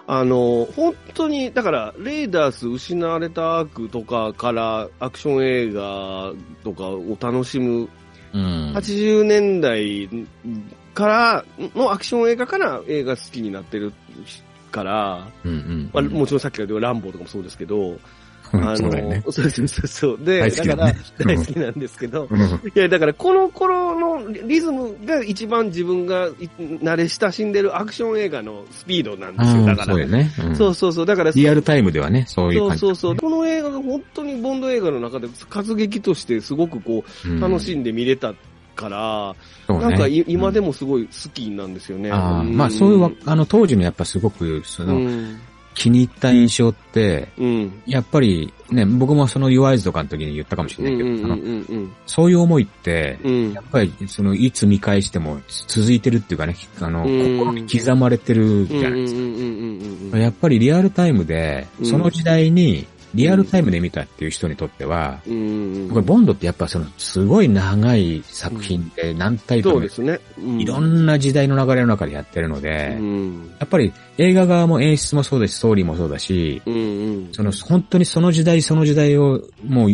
Speaker 1: あの、本当に、だから、レーダース失われたアークとかからアクション映画とかを楽しむ
Speaker 2: うん。
Speaker 1: 80年代からのアクション映画から映画好きになってるから、
Speaker 2: うんうん
Speaker 1: まあ、もちろんさっきから言うランボーとかもそうですけど、
Speaker 2: うん
Speaker 1: あの
Speaker 2: そうだよね。
Speaker 1: そうそうそうそう。で、
Speaker 2: 大好きだね
Speaker 1: から
Speaker 2: うん
Speaker 1: 大好きなんですけど、
Speaker 2: うん
Speaker 1: いや、だからこの頃のリズムが一番自分がい慣れ親しんでるアクション映画のスピードなんですよ、だ
Speaker 2: あ
Speaker 1: か
Speaker 2: あ、
Speaker 1: ら。
Speaker 2: そうよね。うん
Speaker 1: そうそうそうだから、
Speaker 2: リアルタイムではね、そういう
Speaker 1: そう
Speaker 2: 感じ。
Speaker 1: そうそう。この映画が本当にボンド映画の中で活劇としてすごくこ
Speaker 2: うん
Speaker 1: う、楽しんで見れたから、
Speaker 2: そうね
Speaker 1: なんかい今で
Speaker 2: も、
Speaker 1: もすごい好きなんですよね。
Speaker 2: ああ、
Speaker 1: ん
Speaker 2: まあそういうわ、あの当時のやっぱすごく、そうの、
Speaker 1: ん。
Speaker 2: 気に入った印象って、
Speaker 1: うん。
Speaker 2: やっぱりね、僕もその u i とかの時に言ったかもし
Speaker 1: うんう
Speaker 2: れない
Speaker 1: んう
Speaker 2: けど、その
Speaker 1: んうん
Speaker 2: そういう思いって、
Speaker 1: うん
Speaker 2: やっぱりそのいつ見返しても続いてるっていうかね、あの、
Speaker 1: うん
Speaker 2: 心に刻まれてる
Speaker 1: うんうん
Speaker 2: じゃないです
Speaker 1: うんうんうんう
Speaker 2: か。
Speaker 1: ん
Speaker 2: やっぱりリアルタイムで、
Speaker 1: うん
Speaker 2: その時代にリアルタイムで見たっていう人にとっては、
Speaker 1: うん
Speaker 2: これボンドってやっぱそのすごい長い作品で何タイプ
Speaker 1: そう
Speaker 2: も
Speaker 1: ですね。うん
Speaker 2: いろんな時代の流れの中でやってるので、
Speaker 1: うん。
Speaker 2: やっぱり映画側も演出もそうだし、ストーリーもそうだし、
Speaker 1: うんうん。
Speaker 2: その本当にその時代その時代をもう、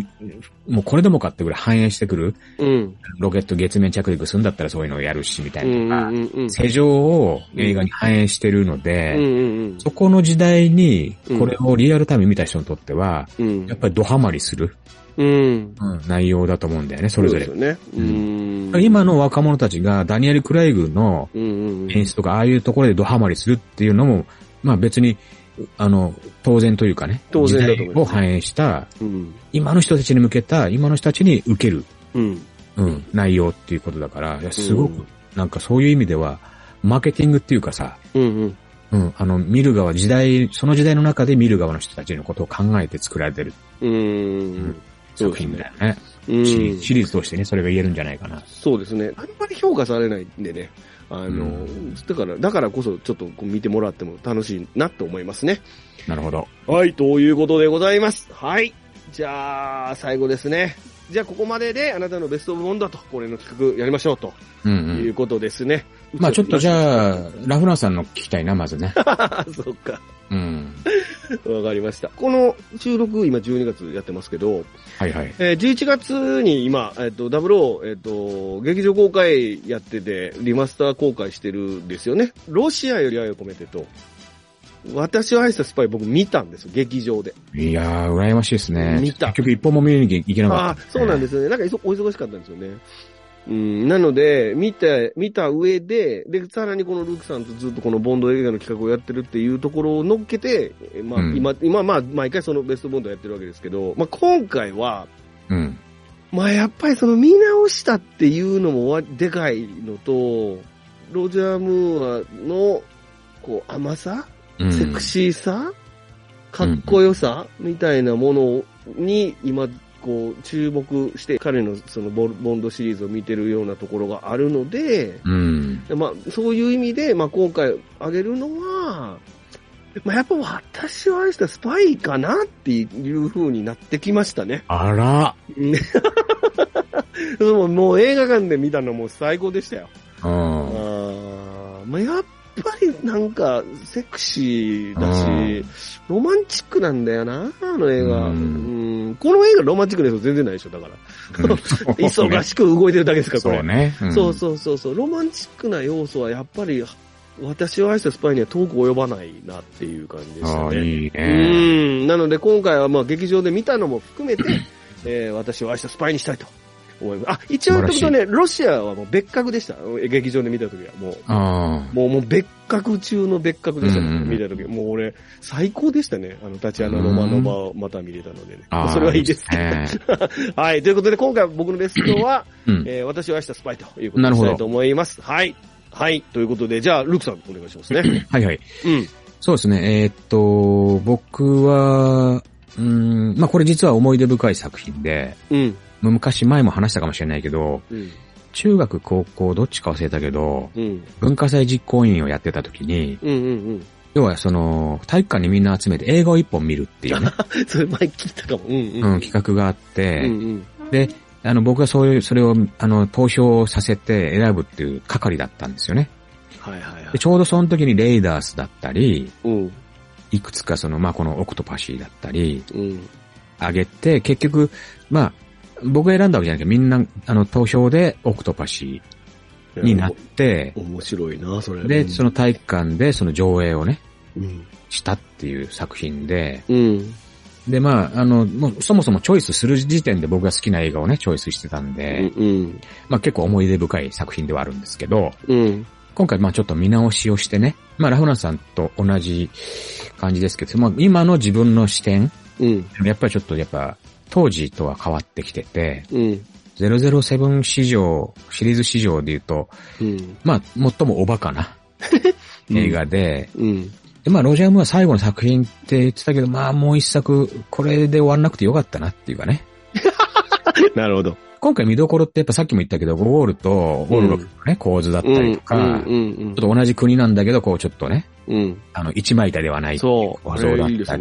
Speaker 2: もうこれでもかってぐらい反映してくる。
Speaker 1: うん。
Speaker 2: ロケット月面着陸するんだったらそういうのをやるし、みた
Speaker 1: う
Speaker 2: い
Speaker 1: んう
Speaker 2: なとか、
Speaker 1: んうん。
Speaker 2: 世情を映画に反映してるの
Speaker 1: う
Speaker 2: で、
Speaker 1: んうん
Speaker 2: そこの時代にこれをリアルタイム見た人にとっては、
Speaker 1: うん。
Speaker 2: やっぱりドハマりする、
Speaker 1: り、うん。
Speaker 2: うん内容だと思うんだよね、そ
Speaker 1: そ
Speaker 2: れ
Speaker 1: う
Speaker 2: ぞ
Speaker 1: で
Speaker 2: れ
Speaker 1: す。よね。うん。
Speaker 2: 今の若者たちがダニエル・クライグの
Speaker 1: うんうんうん。
Speaker 2: 演出とか、ああいうところでドハマりするっていうのも、まあ別に、あの、当然というかね、
Speaker 1: 当然だと思い
Speaker 2: 時
Speaker 1: ます
Speaker 2: 代を反映した、
Speaker 1: うん。
Speaker 2: 今の人たちに向けた、今の人たちに受ける、
Speaker 1: うん。
Speaker 2: うん、内容っていうことだから、いやすごく、なんかそういう意味では、マーケティングっていうかさ、
Speaker 1: うんうん。
Speaker 2: うん、あの、見る側、時代、その時代の中で見る側の人たちのことを考えて作られてる
Speaker 1: うん。
Speaker 2: 作品だよね。
Speaker 1: うん。
Speaker 2: シリーズシリーズとしてね、それが言えるんじゃないかな。
Speaker 1: そうですね。あんまり評価されないんでね。あの、
Speaker 2: うん
Speaker 1: だから、だからこそちょっとこう見てもらっても楽しいなって思いますね。
Speaker 2: なるほど。
Speaker 1: はい、ということでございます。はい。じゃあ、最後ですね。じゃあ、ここまでであなたのベストオブボンドだと、これの企画やりましょうと
Speaker 2: うんう。
Speaker 1: いうんことですね。
Speaker 2: まあちょっとじ
Speaker 1: あ。
Speaker 2: ゃあ、ラフランさんの聞きたいな、まず
Speaker 1: [laughs]
Speaker 2: ね。
Speaker 1: そうか。
Speaker 2: うん。
Speaker 1: わかりました。この収録、今12月やってますけど、
Speaker 2: はいはい。
Speaker 1: えー11月に今、えっ、と、ダブルえっ、と、劇場公開やってて、リマスター公開してるんですよね。ロシアより愛を込めてと、私を愛したスパイ僕見たんですよ、劇場で。
Speaker 2: いやー、羨ましいですね。
Speaker 1: 見た
Speaker 2: 結局一本も見に行けな
Speaker 1: あ
Speaker 2: か
Speaker 1: あ
Speaker 2: っ、た。。
Speaker 1: そうなんですすね。なんかいそお忙しかったんですよね。うん、なので、見て、見た上で、で、さらにこのルークさんとずっとこのボンド映画の企画をやってるっていうところを乗っけて、えまあ、
Speaker 2: うん
Speaker 1: 今、今、まあ、毎回そのベストボンドやってるわけですけど、まあ、今回は、
Speaker 2: うん。
Speaker 1: まあやっぱりその見直したっていうのもわでかいのと、ロジャー・ムーアのこう甘さ、
Speaker 2: うん
Speaker 1: セクシーさ、かっこよさ、みたいなものに今こう注目して彼のそのボルボンドシリーズを見てるようなところがあるので、
Speaker 2: うん。
Speaker 1: まあそういう意味で、まあ今回挙げるのは、まあやっぱ私を愛したスパイかなっていう風になってきましたね。 [laughs]
Speaker 2: あら。
Speaker 1: ねでももう映画館で見たのも最高でしたよ。あ [laughs]
Speaker 2: うん。
Speaker 1: ーまあ、やっぱりなんかセクシーだし、ロマンチックなんだよな、あの映画。
Speaker 2: う
Speaker 1: うんんこの映画ロマンチックですよ、全然ないでしょ、だ
Speaker 2: [laughs]
Speaker 1: から。忙しく動いてるだけですから、これ。
Speaker 2: そうね。ん
Speaker 1: そうそうそうそう、ロマンチックな要素はやっぱり私を愛したスパイには遠く及ばないなっていう感じでした
Speaker 2: ああ、
Speaker 1: ね。
Speaker 2: いいうね。
Speaker 1: ん、なので今回はまあ劇場で見たのも含
Speaker 2: [laughs]
Speaker 1: めて、えー私を愛したスパイにしたいと思います。あ、一応言っとくとね、ロシアはもう別格でした。劇場で見たときは。もう、
Speaker 2: ああ。
Speaker 1: もうもう別格中の別格でした、ね
Speaker 2: うんうん
Speaker 1: 見たとき。もう俺、最高でしたね。あの、タチアナ・ロマノバをまた見れたのでね。
Speaker 2: ああ
Speaker 1: それはいいです。
Speaker 2: ね。
Speaker 1: はい、ということで今回僕のベストは、
Speaker 2: う
Speaker 1: [laughs]
Speaker 2: ん。
Speaker 1: えー私を愛したスパイということ
Speaker 2: な
Speaker 1: に
Speaker 2: る
Speaker 1: し
Speaker 2: ほど
Speaker 1: たいと思います。はい。はい、ということで、じゃあ、ルークさんお願いします
Speaker 2: [laughs]
Speaker 1: ね。
Speaker 2: はいはい。
Speaker 1: うん。
Speaker 2: そうですね。えーっと、僕は、うん、まあこれ実は思い出深い作品で、
Speaker 1: うん。
Speaker 2: 昔前も話したかもしれないけど、
Speaker 1: うん。
Speaker 2: 中学高校どっちか忘れたけど、
Speaker 1: うん。
Speaker 2: 文化祭実行委員をやってた時に、
Speaker 1: うん。うん。
Speaker 2: 要はその、体育館にみんな集めて映画を一本見るっていうね、
Speaker 1: うん。それ前聞いたかも。うん。うん。
Speaker 2: うん、企画があっ
Speaker 1: う
Speaker 2: て、
Speaker 1: んうん
Speaker 2: で、あの、僕はそういう、それを、あの、投票させて選ぶっていう係だったんですよね。
Speaker 1: はいはいはい
Speaker 2: で、。ちょうどその時にレイダースだったり、
Speaker 1: うん。
Speaker 2: いくつかその、まあ、このオクトパシーだったり、
Speaker 1: うん。
Speaker 2: あげて、結局、まあ、僕が選んだわけじゃなくて、みんな、あの、投票でオクトパシーになって、
Speaker 1: お面白いな、それ。
Speaker 2: で、そ
Speaker 1: の、
Speaker 2: の体育館でその上映をね、
Speaker 1: うん。
Speaker 2: したっていう作品で、
Speaker 1: うん。
Speaker 2: で、まあ、あの、もうそもそもチョイスする時点で僕が好きな映画をね、チョイスしてたん
Speaker 1: う
Speaker 2: で、
Speaker 1: ん。
Speaker 2: まあ結構思い出深い作品ではあるんですけど、
Speaker 1: うん。
Speaker 2: 今回まあちょっと見直しをしてね、まあラフナーさんと同じ感じですけど、まあ今の自分の視点、
Speaker 1: うん。
Speaker 2: やっぱりちょっとやっぱ当時とは変わってきてて、
Speaker 1: うん。
Speaker 2: 007史上、シリーズ史上で言うと、
Speaker 1: うん。
Speaker 2: まあ最もおバカな映画で、
Speaker 1: うん。
Speaker 2: でまあロジャー・ムーア最後の作品って言ってたけど、まあもう一作、これで終わんなくてよかったなっていうかね、
Speaker 1: なるほど。
Speaker 2: 今回見どころってやっぱさっきも言ったけど、ゴールとオールロックのね、構図だった
Speaker 1: うん。う
Speaker 2: り
Speaker 1: ん
Speaker 2: とか、。
Speaker 1: う
Speaker 2: ち
Speaker 1: ん。
Speaker 2: ょっと同じ国なんだけど、こうちょっとね、
Speaker 1: うん。
Speaker 2: あの、一枚板ではない。
Speaker 1: そう。
Speaker 2: 構造だ
Speaker 1: あ
Speaker 2: ったり
Speaker 1: れいいです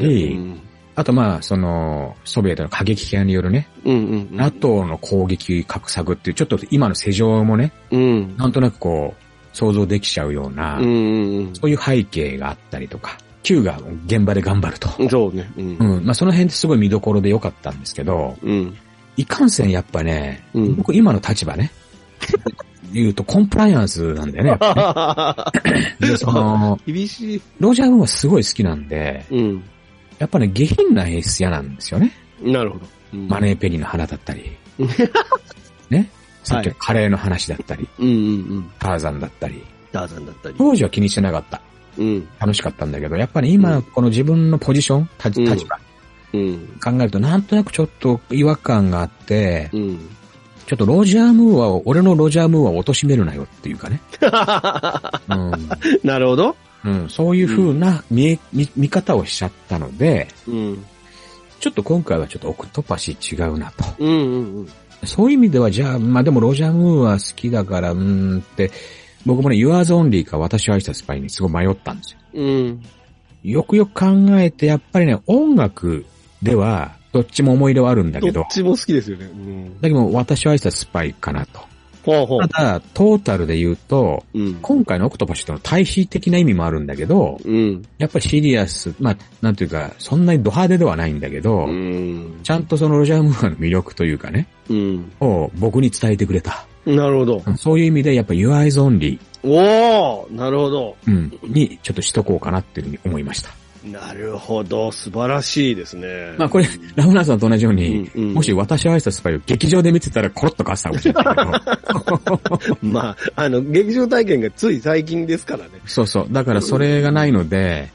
Speaker 1: ね
Speaker 2: あとまあ、その、ソビエトの過激化によるね、
Speaker 1: うん。うん。うん。
Speaker 2: NATO の攻撃格策っていう、ちょっと今の世情もね、
Speaker 1: うん。
Speaker 2: なんとなくこう、想像できちゃうような、
Speaker 1: うん。うん。
Speaker 2: そういう背景があったりとか、Q が現場で頑張ると。
Speaker 1: うん。そうね。うん
Speaker 2: う。ん、まあその辺ってすごい見どころでよかったんですけど、
Speaker 1: うん。
Speaker 2: いかんせんやっぱね、
Speaker 1: うん
Speaker 2: 僕今の立
Speaker 1: [laughs]
Speaker 2: 場ね、言うとコンプライアンスなんだよね、やっぱねで、その、
Speaker 1: 厳しい。
Speaker 2: ロジャー・ムーはすごい好きなんで、
Speaker 1: うん。
Speaker 2: やっぱね、下品な演出嫌なんですよね。
Speaker 1: なるほど。うん
Speaker 2: マネーペリーの花だっ
Speaker 1: [laughs]
Speaker 2: たり、ね。さっきのカレーの話だったり、
Speaker 1: うんうんうん。
Speaker 2: ターザンだったり。
Speaker 1: ダーザンだったり。
Speaker 2: 当時は気にしてなかった。
Speaker 1: うん。
Speaker 2: 楽しかったんだけど、やっぱり今、この自分のポジション、た
Speaker 1: うん
Speaker 2: 立場、
Speaker 1: うん。
Speaker 2: 考えるとなんとなくちょっと違和感があって
Speaker 1: う、ん。
Speaker 2: ちょっとロジャームーアを、俺のロジャームーアを貶めるなよっていう
Speaker 1: [laughs]
Speaker 2: かね。うん。
Speaker 1: なるほど。
Speaker 2: うん、そういう風な見え、見、見方をしちゃったので、
Speaker 1: うん。
Speaker 2: ちょっと今回はちょっとオクトパシー違うなと。
Speaker 1: うんうんうん。
Speaker 2: そういう意味では、じゃあ、まあでもロジャームーは好きだから、うーんって、僕もね、ユアーズオンリーか私を愛したスパイにすごい迷ったんですよ。
Speaker 1: うん。
Speaker 2: よくよく考えて、やっぱりね、音楽では、どっちも思い入れはあるんだけ
Speaker 1: ど
Speaker 2: ど
Speaker 1: っ、ちも好きですよね。うん。
Speaker 2: だけど私を愛したスパイかなと。
Speaker 1: ほうほう
Speaker 2: た。だ、トータルで言うと、
Speaker 1: うん。
Speaker 2: 今回のオクトパシとの対比的な意味もあるんだけど、
Speaker 1: うん。
Speaker 2: やっぱりシリアス、まあ、なんていうか、そんなにド派手ではないんだけど、
Speaker 1: うん。
Speaker 2: ちゃんとそのロジャームーアの魅力というかね、
Speaker 1: うん。
Speaker 2: を僕に伝えてくれた。
Speaker 1: なるほど。
Speaker 2: そういう意味で、やっぱ Your Eyes Only
Speaker 1: おー、なるほど。
Speaker 2: うん、にちょっとしとこうかなっていうふうに思いました。
Speaker 1: なるほど、素晴らしいですね。
Speaker 2: まあこれ、ラフナーさんと同じように、
Speaker 1: うんうん
Speaker 2: もし私を愛したスパイを劇場で見てたらコロッと変わってたかもしれないけど。
Speaker 1: [laughs] まあ、あの、劇場体験がつい最近ですからね。
Speaker 2: [laughs] そうそう。だからそれがないので、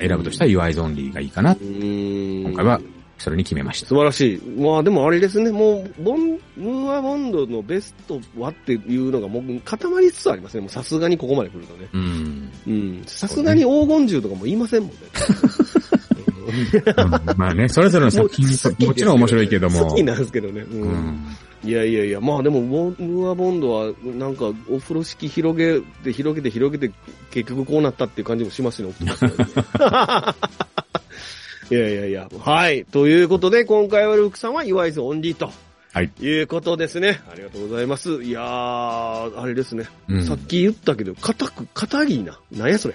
Speaker 2: 選ぶとしたら UI ゾンリーがいいかな。
Speaker 1: 今
Speaker 2: 今回はそれに決めました
Speaker 1: 素。晴らしい。まあでもあれですね、もう、ボン、ムーアボンドのベストはっていうのがもう固まりつつありますね。もうさすがにここまで来るとね。
Speaker 2: うん。
Speaker 1: うん。さすがに黄金銃とかも言いませんもんね。
Speaker 2: [laughs] うんまあね、それぞれの
Speaker 1: [laughs] もう
Speaker 2: 作品
Speaker 1: 好きですけど
Speaker 2: もちろん面白いけども。
Speaker 1: 好きなんですけどね。
Speaker 2: う
Speaker 1: うん
Speaker 2: ん。
Speaker 1: いやいやいや、まあでも、ボンムーアボンドは、なんか、お風呂敷広げて、広げて、広げて、結局こうなったっていう感じもします
Speaker 2: [laughs]
Speaker 1: しね、起きてますねいやいやいや、はい。ということで、今回はルークさんは、いわゆるオンリーと。
Speaker 2: はい。
Speaker 1: いうことですね。ありがとうございます。いやー、あれですね。
Speaker 2: うん
Speaker 1: さっき言ったけど、硬く、硬いな。なんや
Speaker 2: [laughs]
Speaker 1: それ。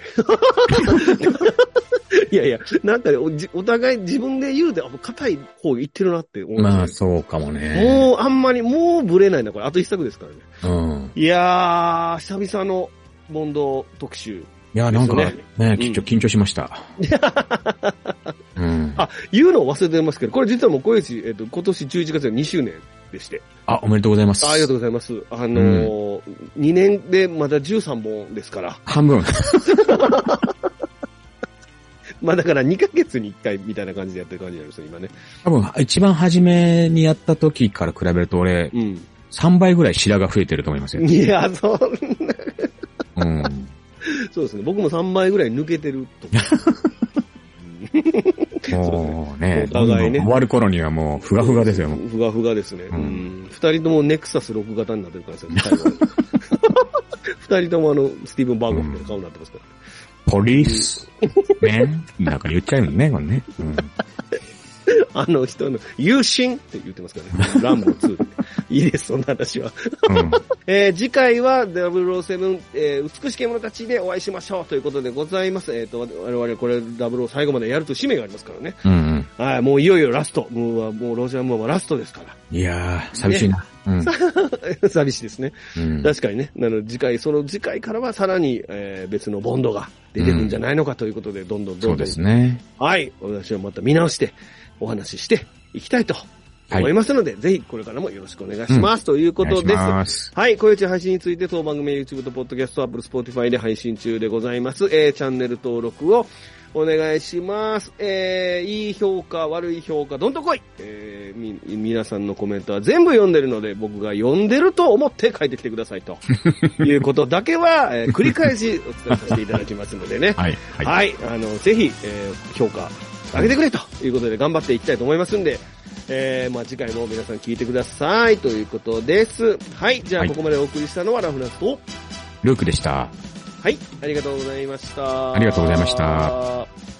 Speaker 1: いやいや、なんかねおじお互い自分で言うて、あ、もう硬い方言ってるなって思い
Speaker 2: ま
Speaker 1: ま
Speaker 2: あ
Speaker 1: す、
Speaker 2: そうかも
Speaker 1: ね
Speaker 2: ね。
Speaker 1: もうあんまり、もうブレないな、これ。あと一作ですからね。
Speaker 2: うん。
Speaker 1: いやー、久々のボンド特集。
Speaker 2: いや、なんか
Speaker 1: で
Speaker 2: ね
Speaker 1: すね、
Speaker 2: 緊張、緊張しました。うん。
Speaker 1: あ、言うのを忘れてますけど、これ実はもう小市、えっ、と、今年11月に2周年でして。
Speaker 2: あ、おめでとうございます。
Speaker 1: あありがとうございます。あのー2年でまだ13本ですから。
Speaker 2: 半分。
Speaker 1: まあだから2ヶ月に1回みたいな感じでやってる感じなんですよ、今ね。
Speaker 2: 多分、一番初めにやった時から比べると俺、
Speaker 1: う
Speaker 2: 3倍ぐらい白が増えてると思いますよ
Speaker 1: ん。。いや、そう、
Speaker 2: うん。
Speaker 1: そうですね。僕も3倍ぐらい抜けてると思 [laughs] う。
Speaker 2: もうね、
Speaker 1: [laughs] お
Speaker 2: どんどん
Speaker 1: 互いね
Speaker 2: 終わる頃にはもう、ふがふがですよ。もう
Speaker 1: ふがふがですね。
Speaker 2: う
Speaker 1: うんん。二人ともネクサス6型になってるからですよ、最
Speaker 2: [laughs]
Speaker 1: 後二人ともあの、スティーブン・バーゴンみたいな顔になってますから。
Speaker 2: ポリス、ね、なんか言っちゃうよね、これね。うん。
Speaker 1: あの人の、優心って言ってますからね。ランボ2で。いいです、そんな話は。
Speaker 2: うん
Speaker 1: えー次回は007、えー美しき者たちでお会いしましょうということでございます。えっ、と、我々これ0を最後までやるという使命がありますからね。
Speaker 2: うん
Speaker 1: はい、もういよいよラスト。ムーは、もうロージャームーアはラストですから。
Speaker 2: うん。いやー、寂しいな。うん。
Speaker 1: [laughs] 寂しいですね。
Speaker 2: うん
Speaker 1: 確かにね。なので次回、その次回からはさらに、えー別のボンドが出てくるんじゃないのかということで、どんどんどん
Speaker 2: そ
Speaker 1: ど。
Speaker 2: うんですね。
Speaker 1: はい、私はまた見直して、お話ししていきたいと
Speaker 2: はい。
Speaker 1: 思いますので、ぜひこれからもよろしくお願いします。ということ
Speaker 2: お願
Speaker 1: で
Speaker 2: い
Speaker 1: す。
Speaker 2: します。
Speaker 1: はい、小一配信について当番組は YouTube と Podcast、Apple、Spotify で配信中でございます。えー、チャンネル登録をお願いします。えー、いい評価、悪い評価、どんとこいえー、み、皆さんのコメントは全部読んでるので、僕が読んでると思って書いてきてください
Speaker 2: [laughs]
Speaker 1: と。いうことだけは、えー繰り返しお伝えさせていただきますのでね。
Speaker 2: [laughs] はい。はい。
Speaker 1: はい、あの、ぜひ、えー評価上げてくれということで頑張っていきたいと思いますんで、えー、まあ次回も皆さん聞いてくださいということです。はい、じゃあ
Speaker 2: はい
Speaker 1: ここまでお送りしたのはラフナスと、
Speaker 2: ルークでした。
Speaker 1: はい、ありがとうございました。
Speaker 2: ありがとうございました。